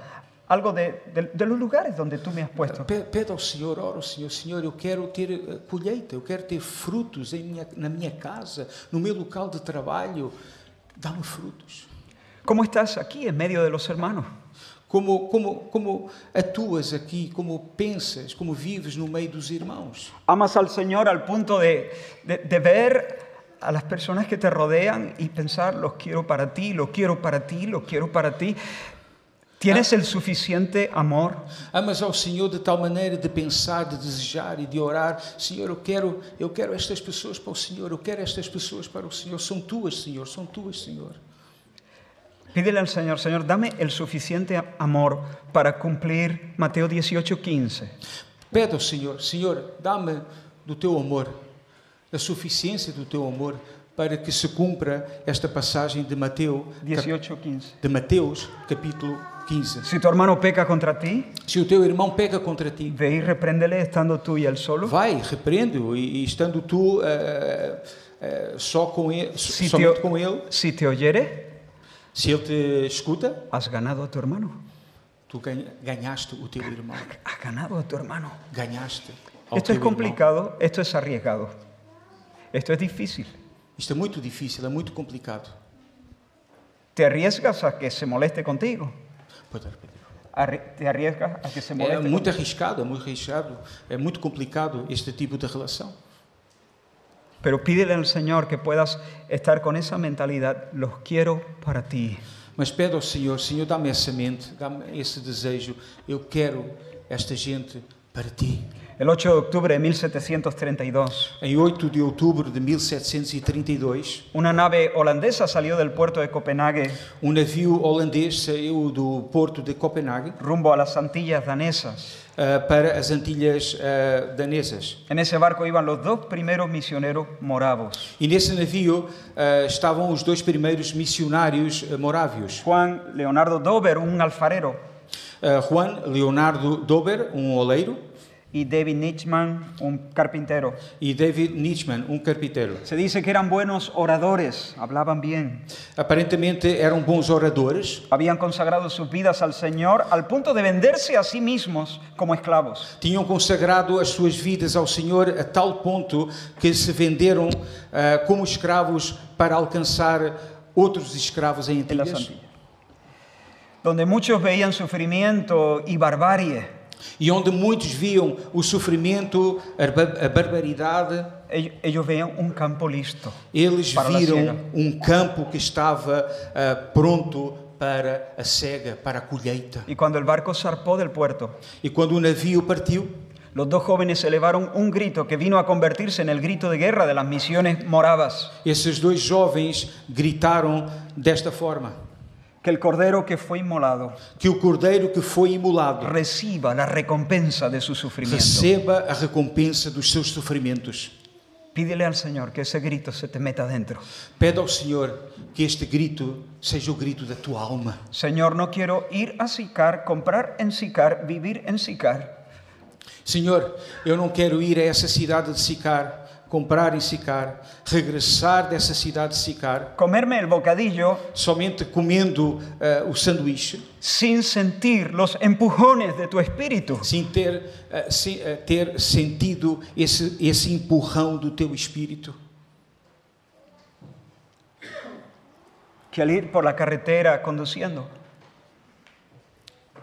algo de, de- de los lugares donde tú me has puesto.
Pe- Pede ao Senhor, ora ao Senhor, Senhor, eu quero ter eh, colheita, eu quero ter frutos em minha- na minha casa, no meu local de trabalho. Dá-me frutos.
¿Cómo estás aquí en medio de los hermanos?
Como, como, como atuas aqui, como pensas, como vives no meio dos irmãos.
Amas al Señor al punto de, de- de ver a las personas que te rodean y pensar, los quiero para ti, los quiero para ti, los quiero para ti. ¿Tienes el suficiente amor?
Amas ao Senhor de tal maneira de pensar, de desejar e de orar. Senhor, eu quero, eu quero estas pessoas para o Senhor, eu quero estas pessoas para o Senhor. São tuas, Senhor, são tuas, Senhor.
Pídele al Señor, Señor, dame el suficiente amor para cumplir Mateo 18, 15.
Pede ao Senhor, Senhor, dá-me do teu amor, a suficiência do teu amor, para que se cumpra esta passagem de Mateu, cap-
18, 15.
de Mateus, capítulo 15.
Si tu hermano peca contra ti,
Se o teu irmão peca contra ti,
ve y repréndele estando tú y él solo.
vai, repreende-o, e, e estando tu eh, eh, só com ele,
Si te,
somente com ele,
si te oyere,
se ele te escuta,
has ganado a tu hermano.
tu ganha- ganhaste o teu irmão,
Has ganado a tu hermano.
ganhaste ao
Esto
teu
es
irmão.
é complicado, esto es arriesgado, esto es difícil.
Isto é muito difícil, é muito complicado.
Te arriesgas a que se moleste contigo,
Pode repetir.
arri- te arriesgas a que se moleste.
É
con-
muito arriscado, é muito arriscado, é muito complicado este tipo de relação.
Pero pídele al Señor que puedas estar con esa mentalidad, los quiero para ti.
Mas pede ao Senhor, Senhor, dá-me essa mente, dá-me esse desejo, eu quero esta gente para ti.
el 8 de octubre de 1732.
Em 8 de outubro de 1732,
Una nave holandesa salió del puerto de Copenhague
um navio holandês saiu do porto de Copenhague
rumbo a las Antillas danesas.
ah, para as Antilhas ah, Danesas.
En ese barco iban los dos primeros misioneros moravos,
E nesse navio ah, estavam os dois primeiros missionários ah, morávios,
Juan Leonardo Dover, un alfarero,
ah, Juan Leonardo Dober, um oleiro,
y David Nichman, un carpintero.
e David Nitschman, um carpinteiro.
Se dice que eran buenos oradores, hablaban bien,
Aparentemente eram bons oradores,
habían consagrado sus vidas al Señor al punto de venderse a sí mismos como esclavos.
tinham consagrado as suas vidas ao Senhor a tal ponto que se venderam ah, como escravos para alcançar outros escravos em
en las
Antilhas.
Antillas, donde muchos veían sufrimiento y barbarie.
E onde muitos viam o sofrimento, a ba- a barbaridade,
Ell- Ellos veían un campo listo.
eles
Para a
viram
cega.
um campo que estava ah, pronto para a cega, para a colheita.
Y cuando el barco zarpó del puerto,
E quando o navio partiu,
los dos jóvenes elevaron un grito que vino a convertirse en el grito de guerra de las misiones moravas.
esses dois jovens gritaram desta forma:
Que el cordero que fue inmolado
que o cordeiro que foi imolado
reciba la recompensa de su sufrimiento.
receba a recompensa dos seus sofrimentos.
Pídele al Señor que ese grito se te meta dentro.
Pede ao Senhor que este grito seja o grito da tua alma.
Señor, no quiero ir a Sicar, comprar en Sicar, vivir en Sicar.
Senhor, eu não quero ir a essa cidade de Sicar, comprar em Sicar, regressar dessa cidade de Sicar,
Comerme el bocadillo
somente comendo ah, o sanduíche,
sin sentir los empujones de tu espíritu.
sem ter, ah, sem, ah, ter sentido esse, esse empurrão do teu espírito.
que al ir por la carretera conduciendo,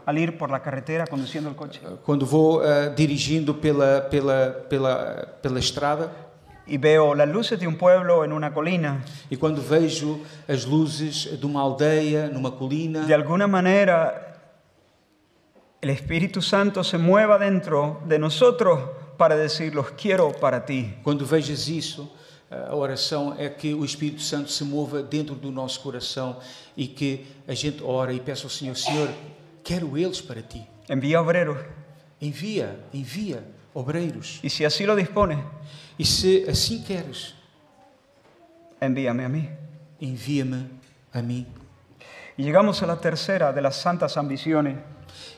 al ir por la carretera conduciendo el coche
Quando vou ah, dirigindo pela, pela, pela, pela estrada
y veo las luces de un pueblo en una colina,
e quando vejo as luzes de uma aldeia, numa colina,
de alguna manera el Espíritu Santo se mueva dentro de nosotros para decir los quiero para ti.
Quando vejas isso, a oração é que o Espírito Santo se mova dentro do nosso coração e que a gente ora e peça ao Senhor: Senhor, quero eles para ti.
Envía obreros
Envia, envia obreiros.
y si así lo dispones,
E se assim queres,
envíame a mí.
envia-me a mim.
Y llegamos a la tercera de las santas ambiciones.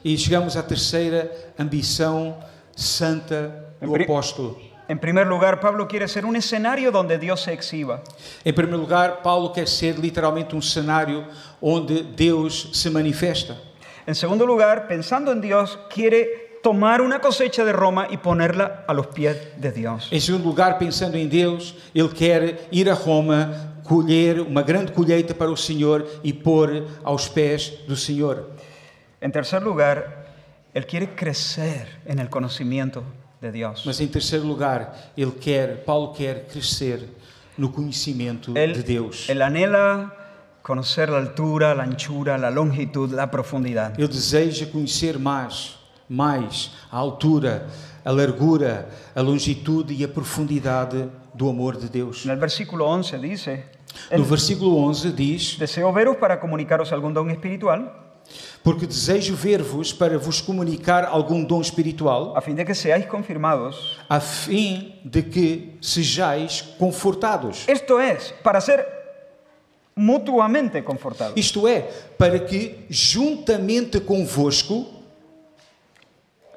E chegamos à terceira ambição santa do
Pri-
apóstolo.
En primer lugar, Pablo quiere ser un escenario donde Dios se exhiba.
Em primeiro lugar, Paulo quer ser literalmente um cenário onde Deus se manifesta.
En segundo lugar, pensando en Dios, quiere tomar una cosecha de Roma y ponerla a los pies de Dios.
Em segundo lugar, pensando em Deus, ele quer ir a Roma, colher uma grande colheita para o Senhor e pôr aos pés do Senhor.
En tercer lugar, Él quiere crecer en el conocimiento de Dios.
Mas em terceiro lugar, ele quer, Paulo quer crescer no conhecimento de
Él,
Deus.
él anhela conocer la altura, la anchura, la longitud, la profundidad.
Ele deseja conhecer mais, mais a altura, a largura, a longitude e a profundidade do amor de Deus.
En el versículo 11 dice,
No versículo 11 diz:
deseo veros para comunicaros algún don espiritual,
Porque desejo ver-vos para vos comunicar algum dom espiritual.
a fin de que seáis confirmados.
a fim de que sejais confortados.
Esto es, para ser mutuamente confortados.
Isto é, para que juntamente convosco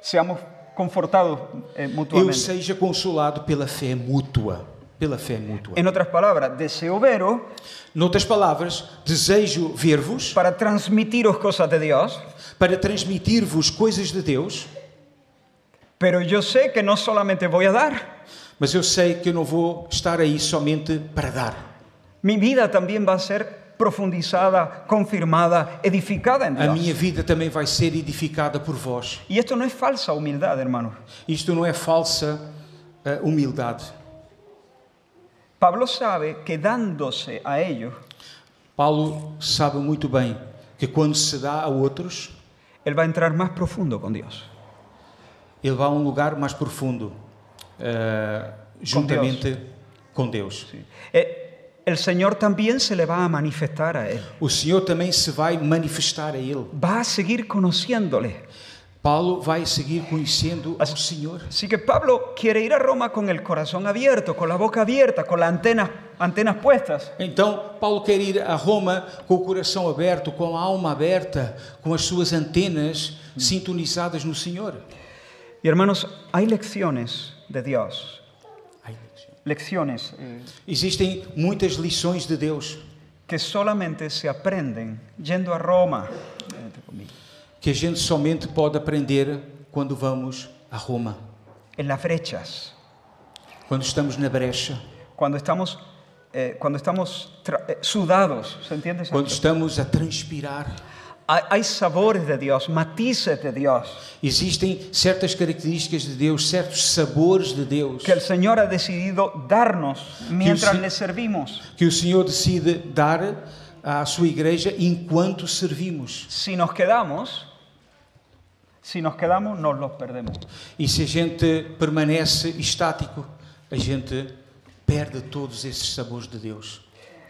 seamos confortados eh,
eu
mutuamente.
seja consolado pela fé mútua, pela fé mútua.
En otras palabras, deseo veros
Noutras palavras, desejo ver-vos
para transmitiros cosas de Dios,
para transmitir-vos coisas de Deus,
pero yo sé que no solamente voy a dar,
mas eu sei que eu não vou estar aí somente para dar.
mi vida también va a ser profundizada, confirmada, edificada en
A
Dios.
minha vida também vai ser edificada por vós.
Y esto no es falsa humildad, hermanos.
Isto não é falsa eh, humildade.
Pablo sabe que dándose a ellos,
Paulo sabe muito bem que quando se dá a outros,
él va a entrar más profundo con Dios.
Ele vai a um lugar mais profundo, eh, juntamente com Deus.
Eh, El Señor también se le va a manifestar a él.
O Senhor também se vai manifestar a ele.
Va a seguir conociéndole.
Paulo vai seguir conhecendo o Senhor.
Así que Pablo quiere ir a Roma con el corazón abierto, con la boca abierta, con las antenas, antenas puestas.
Então, Paulo quer ir a Roma com o coração aberto, com a alma aberta, com as suas antenas sintonizadas no Senhor.
Y hermanos, hay lecciones de Dios. Lecciones eh,
Existem muitas lições de Deus
que solamente se aprenden yendo a Roma. eh,
que a gente somente pode aprender quando vamos a Roma,
en las brechas,
quando estamos na brecha,
cuando estamos, eh, cuando estamos tra- eh, sudados, ¿se entiende?
quando estamos a transpirar.
Hay, hay sabores de Dios, matices de Dios,
Existem certas características de Deus, certos sabores de Deus
que el Señor ha decidido darnos mientras
sí.
le servimos.
que o Senhor decide dar à sua igreja enquanto servimos.
Si nos quedamos, si nos quedamos, nos los perdemos.
E se a gente permanece estático, a gente perde todos esses sabores de Deus.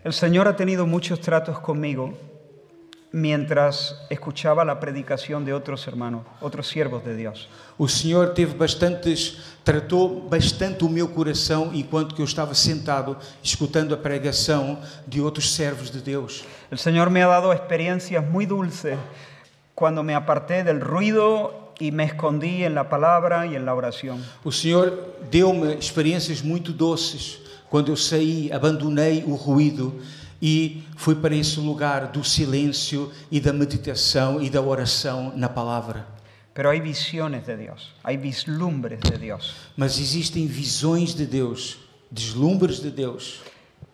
El Señor ha tenido muchos tratos conmigo mientras escuchaba la predicación de otros hermanos, otros siervos de Dios.
O Senhor teve bastantes, tratou bastante o meu coração enquanto que eu estava sentado escutando a pregação de outros servos de Deus.
El Señor me ha dado experiencias muy dulces cuando me aparté del ruido y me escondí en la palabra y en la oración.
O Senhor deu-me experiências muito doces quando eu saí, abandonei o ruído e fui para esse lugar do silêncio e da meditação e da oração na palavra.
Pero hay visiones de Dios, hay vislumbres de Dios,
Mas existem visões de Deus, deslumbres de Deus,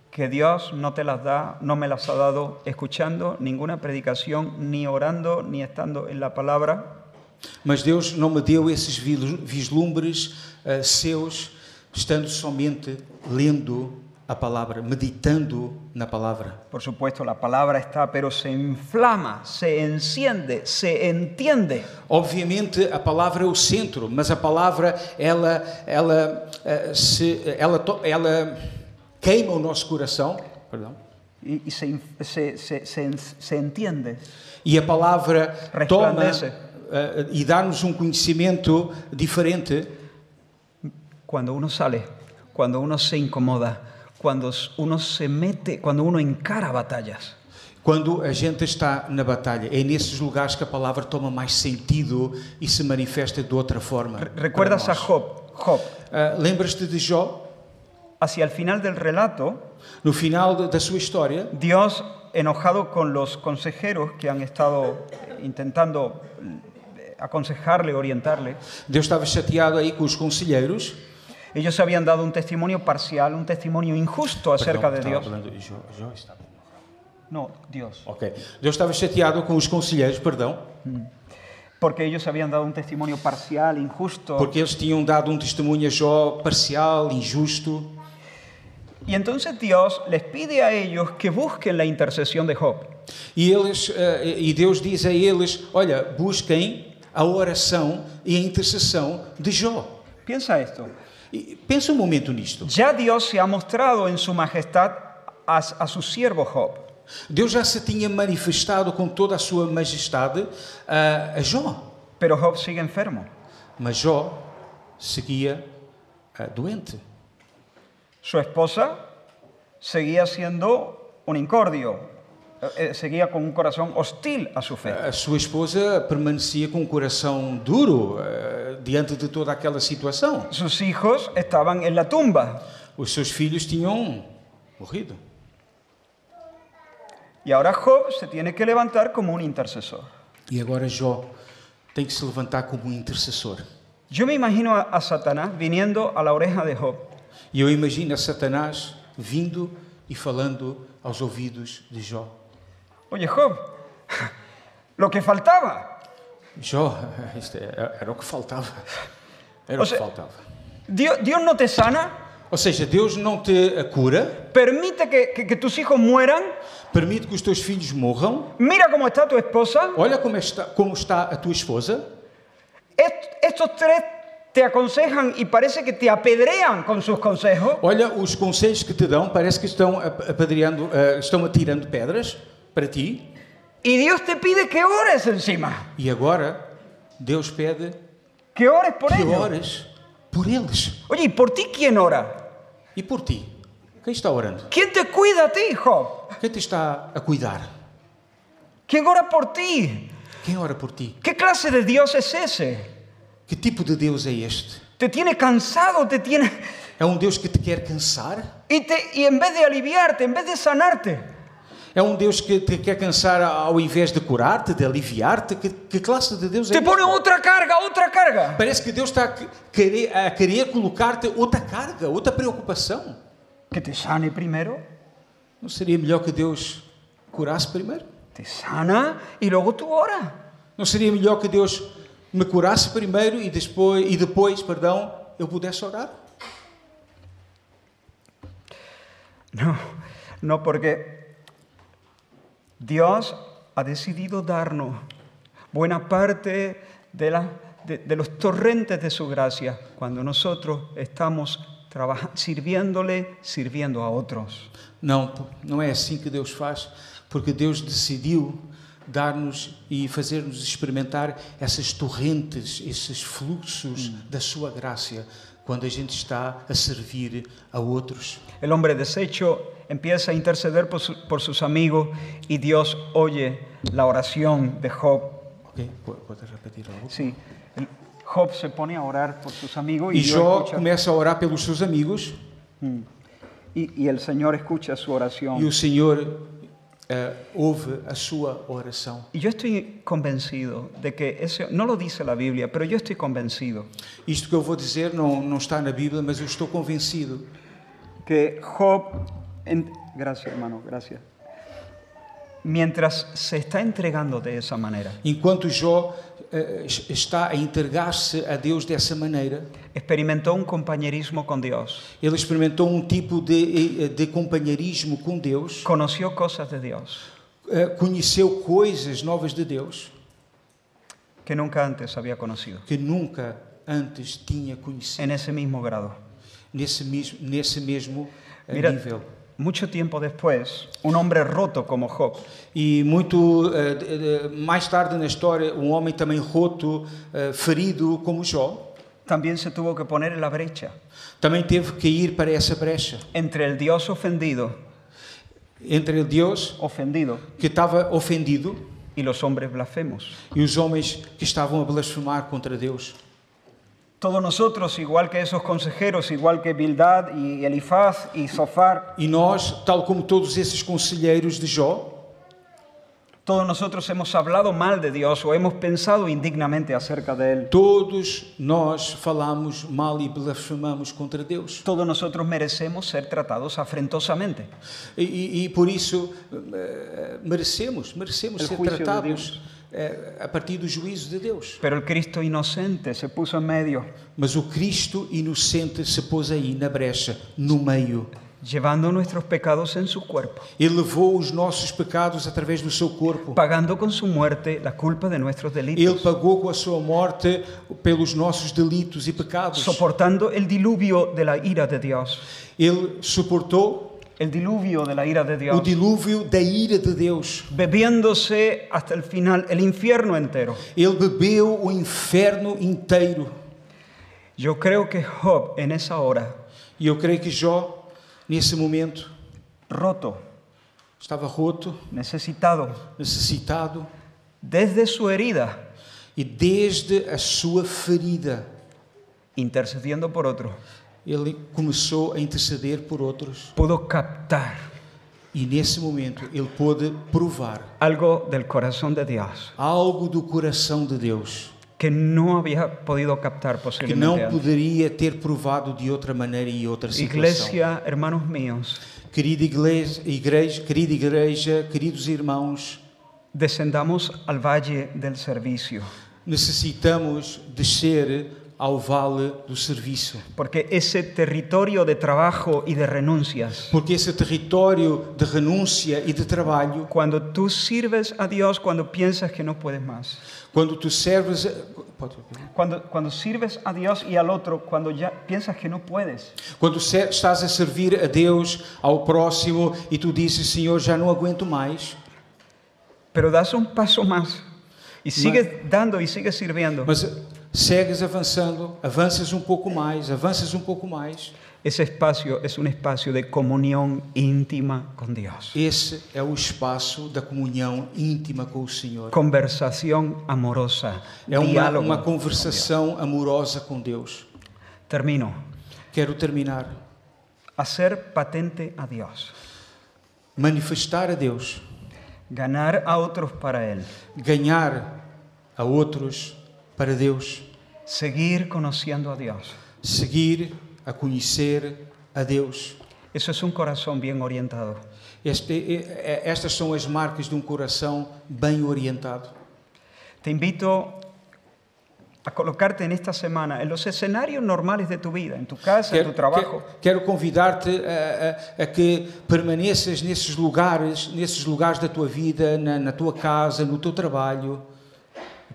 que Dios no te las da, no me las ha dado escuchando ninguna predicación, ni orando, ni estando en la palabra,
mas Deus não me deu esses vil- vislumbres ah, seus, estando somente lendo a palavra, meditando na palavra.
Por supuesto, la palabra está, pero se inflama, se enciende, se entiende.
Obviamente a palavra é o centro, mas a palavra ela ela eh, se ela to- ela queima o nosso coração, perdão.
Y, y se, inf- se- se- se en- se entiende.
E a palavra toma
Resplandece.
eh, e dá-nos um conhecimento diferente
Cuando uno sale, cuando uno se incomoda, cuando s- uno se mete, cuando uno encara batallas.
quando a gente está na batalha. É nesses lugares que a palavra toma mais sentido e se manifesta de outra forma.
Re- ¿Recuerdas
para
a
nós.
Job? Job,
Eh, Lembras-te de Jó?
hacia el final del relato,
No final de- da sua história,
Dios, enojado con los consejeros que han estado eh, intentando eh, aconsejarle, orientarle,
Deus estava chateado aí com os conselheiros.
Ellos habían dado un testimonio parcial, un testimonio injusto acerca de Dios. No, Dios.
Ok. Deus estava chateado com os conselheiros, perdão,
Porque ellos habían dado un testimonio parcial, injusto.
porque eles tinham dado um testemunho a Jó parcial, injusto.
Y entonces Dios les pide a ellos que busquen la intercesión de Job.
E, eles, eh, e Deus diz a eles: Olha, busquem a oração e a intercessão de Jó.
Piensa esto.
E pensa um momento nisto.
Ya Dios se ha mostrado en su majestad a, a su siervo Job.
Deus já se tinha manifestado com toda a sua majestade ah, a Jó,
Pero Job sigue enfermo.
mas Jó seguia ah, doente.
Su esposa seguía siendo un incordio. eh, eh, seguía con un corazón hostil a su fe.
A sua esposa permanecia com o coração duro eh, diante de toda aquela situação.
Sus hijos estaban en la tumba.
Os seus filhos tinham morrido.
Y ahora Job se tiene que levantar como un intercesor.
E agora Jó tem que se levantar como um intercessor.
Yo me imagino a, a Satanás viniendo a la oreja de Job
E eu imagino a Satanás vindo e falando aos ouvidos de Jó.
Oye, Job, [LAUGHS] lo que faltaba.
Jó, [LAUGHS] isto é- era o que faltava. Era o que
Você-
faltava.
Dios, Dios no te sana,
Ou seja, Deus não te cura,
permite que, que- que tus hijos mueran.
permite que os teus filhos morram. é
Mira cómo está tu esposa.
Olha como está, como está a tua esposa.
Est- estos tres te aconsejan y parece que te apedrean con sus consejos.
Olha, os conselhos que te dão parece que estão ap- apadreando, ah, estão atirando pedras para ti.
Y Dios te pide que ores encima,
E agora Deus pede
que ores por
que
ellos.
ores por eles
Oye, ¿y por ti quién ora?
e por ti. Quem está orando?
¿Quién te cuida a ti, Job?
Quem te está a cuidar?
¿Quién ora por ti?
Quem ora por ti?
¿Qué clase de Dios es ese?
Que tipo de Deus é este?
Te tiene cansado, te tiene...
É um Deus que te quer cansar?
Y, te- y en vez de aliviarte, en vez de sanarte,
É um Deus que te quer cansar ao invés de curar-te, de aliviar-te? Que, que classe de Deus é
te pone
este?
otra carga, otra carga.
Parece que Deus está a que- querer, a querer colocar-te outra carga, outra preocupação.
Que te sane primero,
Não seria melhor que Deus curasse primeiro?
te sana y luego tú oras.
Não seria melhor que Deus me curasse primeiro e depois, e depois perdão, eu pudesse orar?
[LAUGHS] No, no, porque Dios ha decidido darnos buena parte de, la- de- de los torrentes de su gracia cuando nosotros estamos trabaja- sirviéndole, sirviendo a otros.
Não, p- não é assim que Deus faz, porque Deus decidiu dar-nos e fazer-nos experimentar essas torrentes, esses fluxos da sua graça, quando a gente está a servir a outros.
El hombre deshecho empieza a interceder por, su- por sus amigos y Dios oye la oración de Job.
Ok? Pode pode repetir algo?
Sí, el- Job se pone a orar por sus amigos y,
E
Dios
Jó
escucha-
começa a orar pelos seus amigos
y- y el Señor escucha su oración.
e o Senhor eh, ouve a sua oração.
Y yo estoy convencido de que ese, no lo dice la Biblia, pero yo estoy convencido
Isto que eu vou dizer não, não está na Bíblia, mas eu estou convencido
que Job, en- gracias hermano, gracias, mientras se está entregando de esa manera,
Enquanto Jó eh, es- está a entregar-se a Deus dessa maneira,
experimentó un compañerismo con Dios,
ele experimentou um tipo de, eh, de companheirismo com Deus,
conoció cosas de Dios
eh, conheceu coisas novas de Deus
que nunca antes había conocido,
que nunca antes tinha conhecido,
en ese mismo grado.
nesse mesmo, nesse mesmo eh,
Mira,
nível.
mucho tiempo después, un hombre roto como Job
E muito eh, de- de- mais tarde na história, um homem também roto, eh, ferido como Jó,
también se tuvo que poner en la brecha
também teve que ir para essa brecha
entre el Dios ofendido,
entre Deus
ofendido,
que estava ofendido
y los hombres blasfemos.
e os homens que estavam a blasfemar contra Deus.
Todos nosotros, igual que esos consejeros, igual que Bildad y Elifaz y Sofar,
E nós, tal como todos esses conselheiros de Jó,
todos nosotros hemos hablado mal de Dios o hemos pensado indignamente acerca de Él.
todos nós falamos mal e blasfemamos contra Deus.
Todos nosotros merecemos ser tratados afrentosamente.
E, e- e por isso eh, merecemos, merecemos
É o
ser
juízo de
tratados
Deus.
eh, a partir do juízo de Deus.
Pero el Cristo inocente se puso en medio,
Mas o Cristo inocente se pôs aí na brecha, no meio.
llevando nuestros pecados en su cuerpo,
Ele levou os nossos pecados através do seu corpo.
pagando con su muerte la culpa de nuestros
Ele
delitos,
pagou com a sua morte pelos nossos delitos e pecados.
soportando el diluvio de la ira de Dios.
Ele suportou
El diluvio de la ira de
o
Dios.
dilúvio da ira de Deus.
Bebiéndose hasta el final el infierno entero.
Ele bebeu o inferno inteiro.
Yo creo que Job en esa hora,
E eu creio que Jó, nesse momento,
roto,
estava roto,
necesitado,
necessitado,
desde su herida,
e desde a sua ferida,
intercediendo por otro,
ele começou a interceder por outros.
pudo captar
E nesse momento, ele pôde provar
algo del corazón de Dios
algo do coração de Deus
que no había podido captar
que não
posiblemente. antes.
poderia ter provado de outra maneira e outra situação.
Iglesia, hermanos míos,
Querida igreja, igreja, querida igreja, queridos irmãos,
descendamos al valle del servicio.
necessitamos descer ao vale do serviço.
porque ese territorio de trabajo y de renuncias,
Porque esse território de renúncia e de trabalho,
cuando tú sirves a Dios cuando piensas que no puedes más,
quando tu serves. a- Pode ouvir? né?
cuando, cuando sirves a Dios y al otro cuando ya piensas que no puedes,
Quando se- estás a servir a Deus, ao próximo, e tu dizes, Senhor, já não aguento mais,
pero das un paso más y sigues dando y sigues sirviendo,
mas segues avançando, avanças um pouco mais, avanças um pouco mais.
ese espacio es un espacio de comunión íntima con Dios,
Esse é o espaço da comunhão íntima com o Senhor.
conversación amorosa,
É uma,
diálogo.
uma conversação amorosa com Deus.
Termino.
Quero terminar.
Hacer patente a Dios,
Manifestar a Deus,
ganar a otros para Él.
ganhar a outros para Deus,
Seguir conociendo a Dios.
seguir a conhecer a Deus.
Eso es un corazón bien orientado.
Este, é- é- estas são as marcas de um coração bem orientado.
Te invito a colocarte en esta semana en los escenarios normales de tu vida, en tu casa, en tu trabajo,
quero- quero convidar-te a, a- a que permaneças nesses lugares, nesses lugares da tua vida, na, na tua casa, no teu trabalho.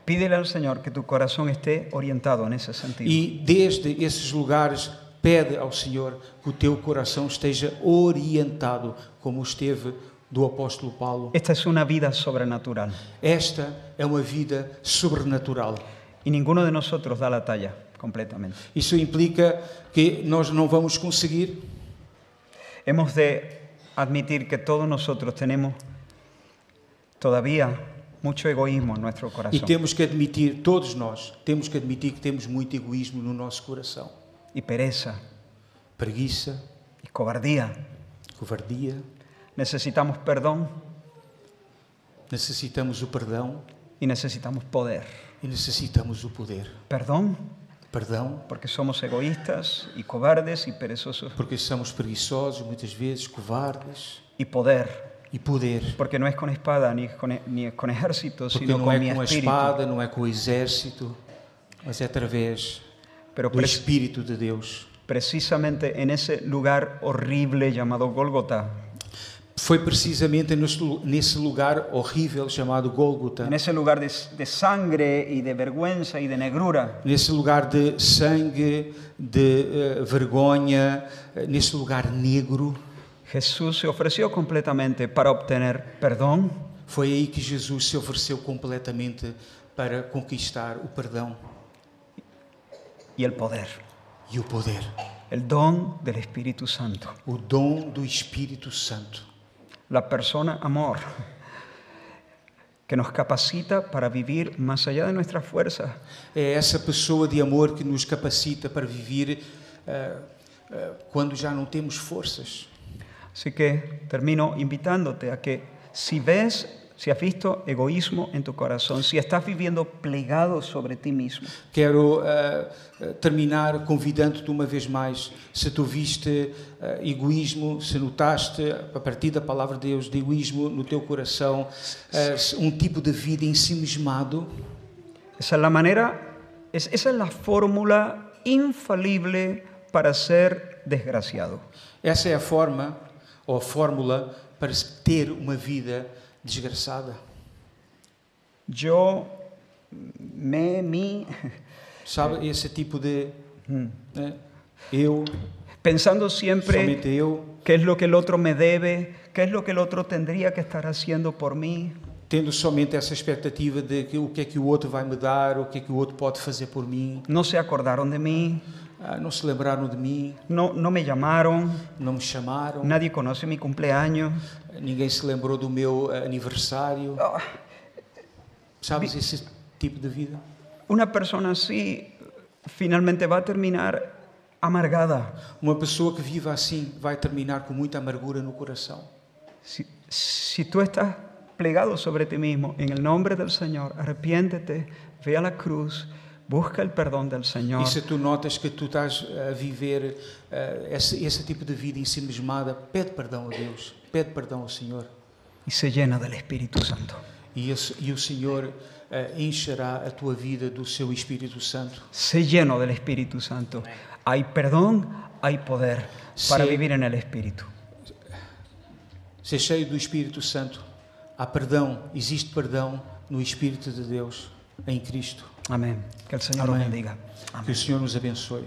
pídele al Señor que tu corazón esté orientado en ese sentido.
E desde esses lugares, pede ao Senhor que o teu coração esteja orientado, como esteve do apóstolo Paulo.
Esta es una vida sobrenatural
Esta é uma vida sobrenatural.
y ninguno de nosotros da la talla completamente.
Isso implica que nós não vamos conseguir,
Hemos de admitir que todos nosotros tenemos todavía mucho egoísmo en nuestro
e
corazón
temos que admitir, todos nós, temos que admitir que temos muito egoísmo no nosso coração.
y pereza
Preguiça,
y cobardía.
covardia,
Necesitamos perdón
necessitamos o perdão
y necesitamos poder.
e necessitamos o poder.
Perdón
Perdão,
porque somos egoístas y cobardes y perezosos.
porque somos preguiçosos, muitas vezes covardes,
Y poder
e poder.
porque no es con espada ni es con, e- ni es con ejército,
Porque
sino
não
con mi
é com a
espíritu.
espada, não é com o exército, mas é através
Pero
do
pre-
Espírito de Deus.
precisamente en ese lugar horrible llamado Gólgota,
Foi precisamente nesse lu- nesse lugar horrível chamado Gólgota,
en ese lugar de, s- de sangre y de vergüenza y de negrura,
nesse lugar de sangue, de eh, vergonha, eh, nesse lugar negro,
Jesús se ofreció completamente para obtener perdón,
foi aí que Jesus se ofereceu completamente para conquistar o perdão
y el poder,
e o poder,
el don del Espíritu Santo,
o dom do Espírito Santo,
la persona amor, que nos capacita para vivir más allá de nuestras fuerzas,
É essa pessoa de amor que nos capacita para viver ah, ah, quando já não temos forças.
Así que termino invitándote a que si ves, si has visto egoísmo en tu corazón, si estás viviendo plegado sobre ti mismo,
Quero ah, ah, terminar convidando-te uma vez mais, se tu viste ah, egoísmo, se notaste, a partir da palavra de Deus, de egoísmo no teu coração, ah, se- um tipo de vida ensimismado,
esa es la manera, es- esa es la fórmula infalible para ser desgraciado.
essa é a forma ou a fórmula para se ter uma vida desgraçada.
Yo, me, mi,
Sabe, esse tipo de... né? Eu,
[LAUGHS] pensando siempre
somente eu,
qué es lo que el otro me debe, qué es lo que el otro tendría que estar haciendo por mí.
tendo somente essa expectativa de que o que é que o outro vai me dar, o que é que o outro pode fazer por mim,
No se acordaron de mí,
ah, não se lembraram de mim,
no, no me llamaron,
não me chamaram, Ah,
nadie conoce mi cumpleaños.
ninguém se lembrou do meu ah, aniversário.
Ah.
Sabes esse tipo de vida?
Una persona así finalmente va a terminar amargada
Uma pessoa que vive assim vai terminar com muita amargura no coração.
si, si tú estás plegado sobre ti mismo. En el nombre del Señor, arrepiéntete, ve a la cruz, busca el perdón del Señor.
E se tu notas que tu estás a viver ah, esse, esse tipo de vida ensimismada, pede perdão a Deus, pede perdão ao Senhor
y se llena del Espíritu Santo.
e, esse- e o Senhor eh, encherá a tua vida do seu Espírito Santo.
Sé lleno del Espíritu Santo. Hay perdón, hay poder para
Sí.
vivir en el Espíritu.
Ser cheio do Espírito Santo. Há perdão, existe perdão no Espírito de Deus, em Cristo.
Amén. Que el Señor
Amén.
os bendiga. Amén.
Que o Senhor nos abençoe.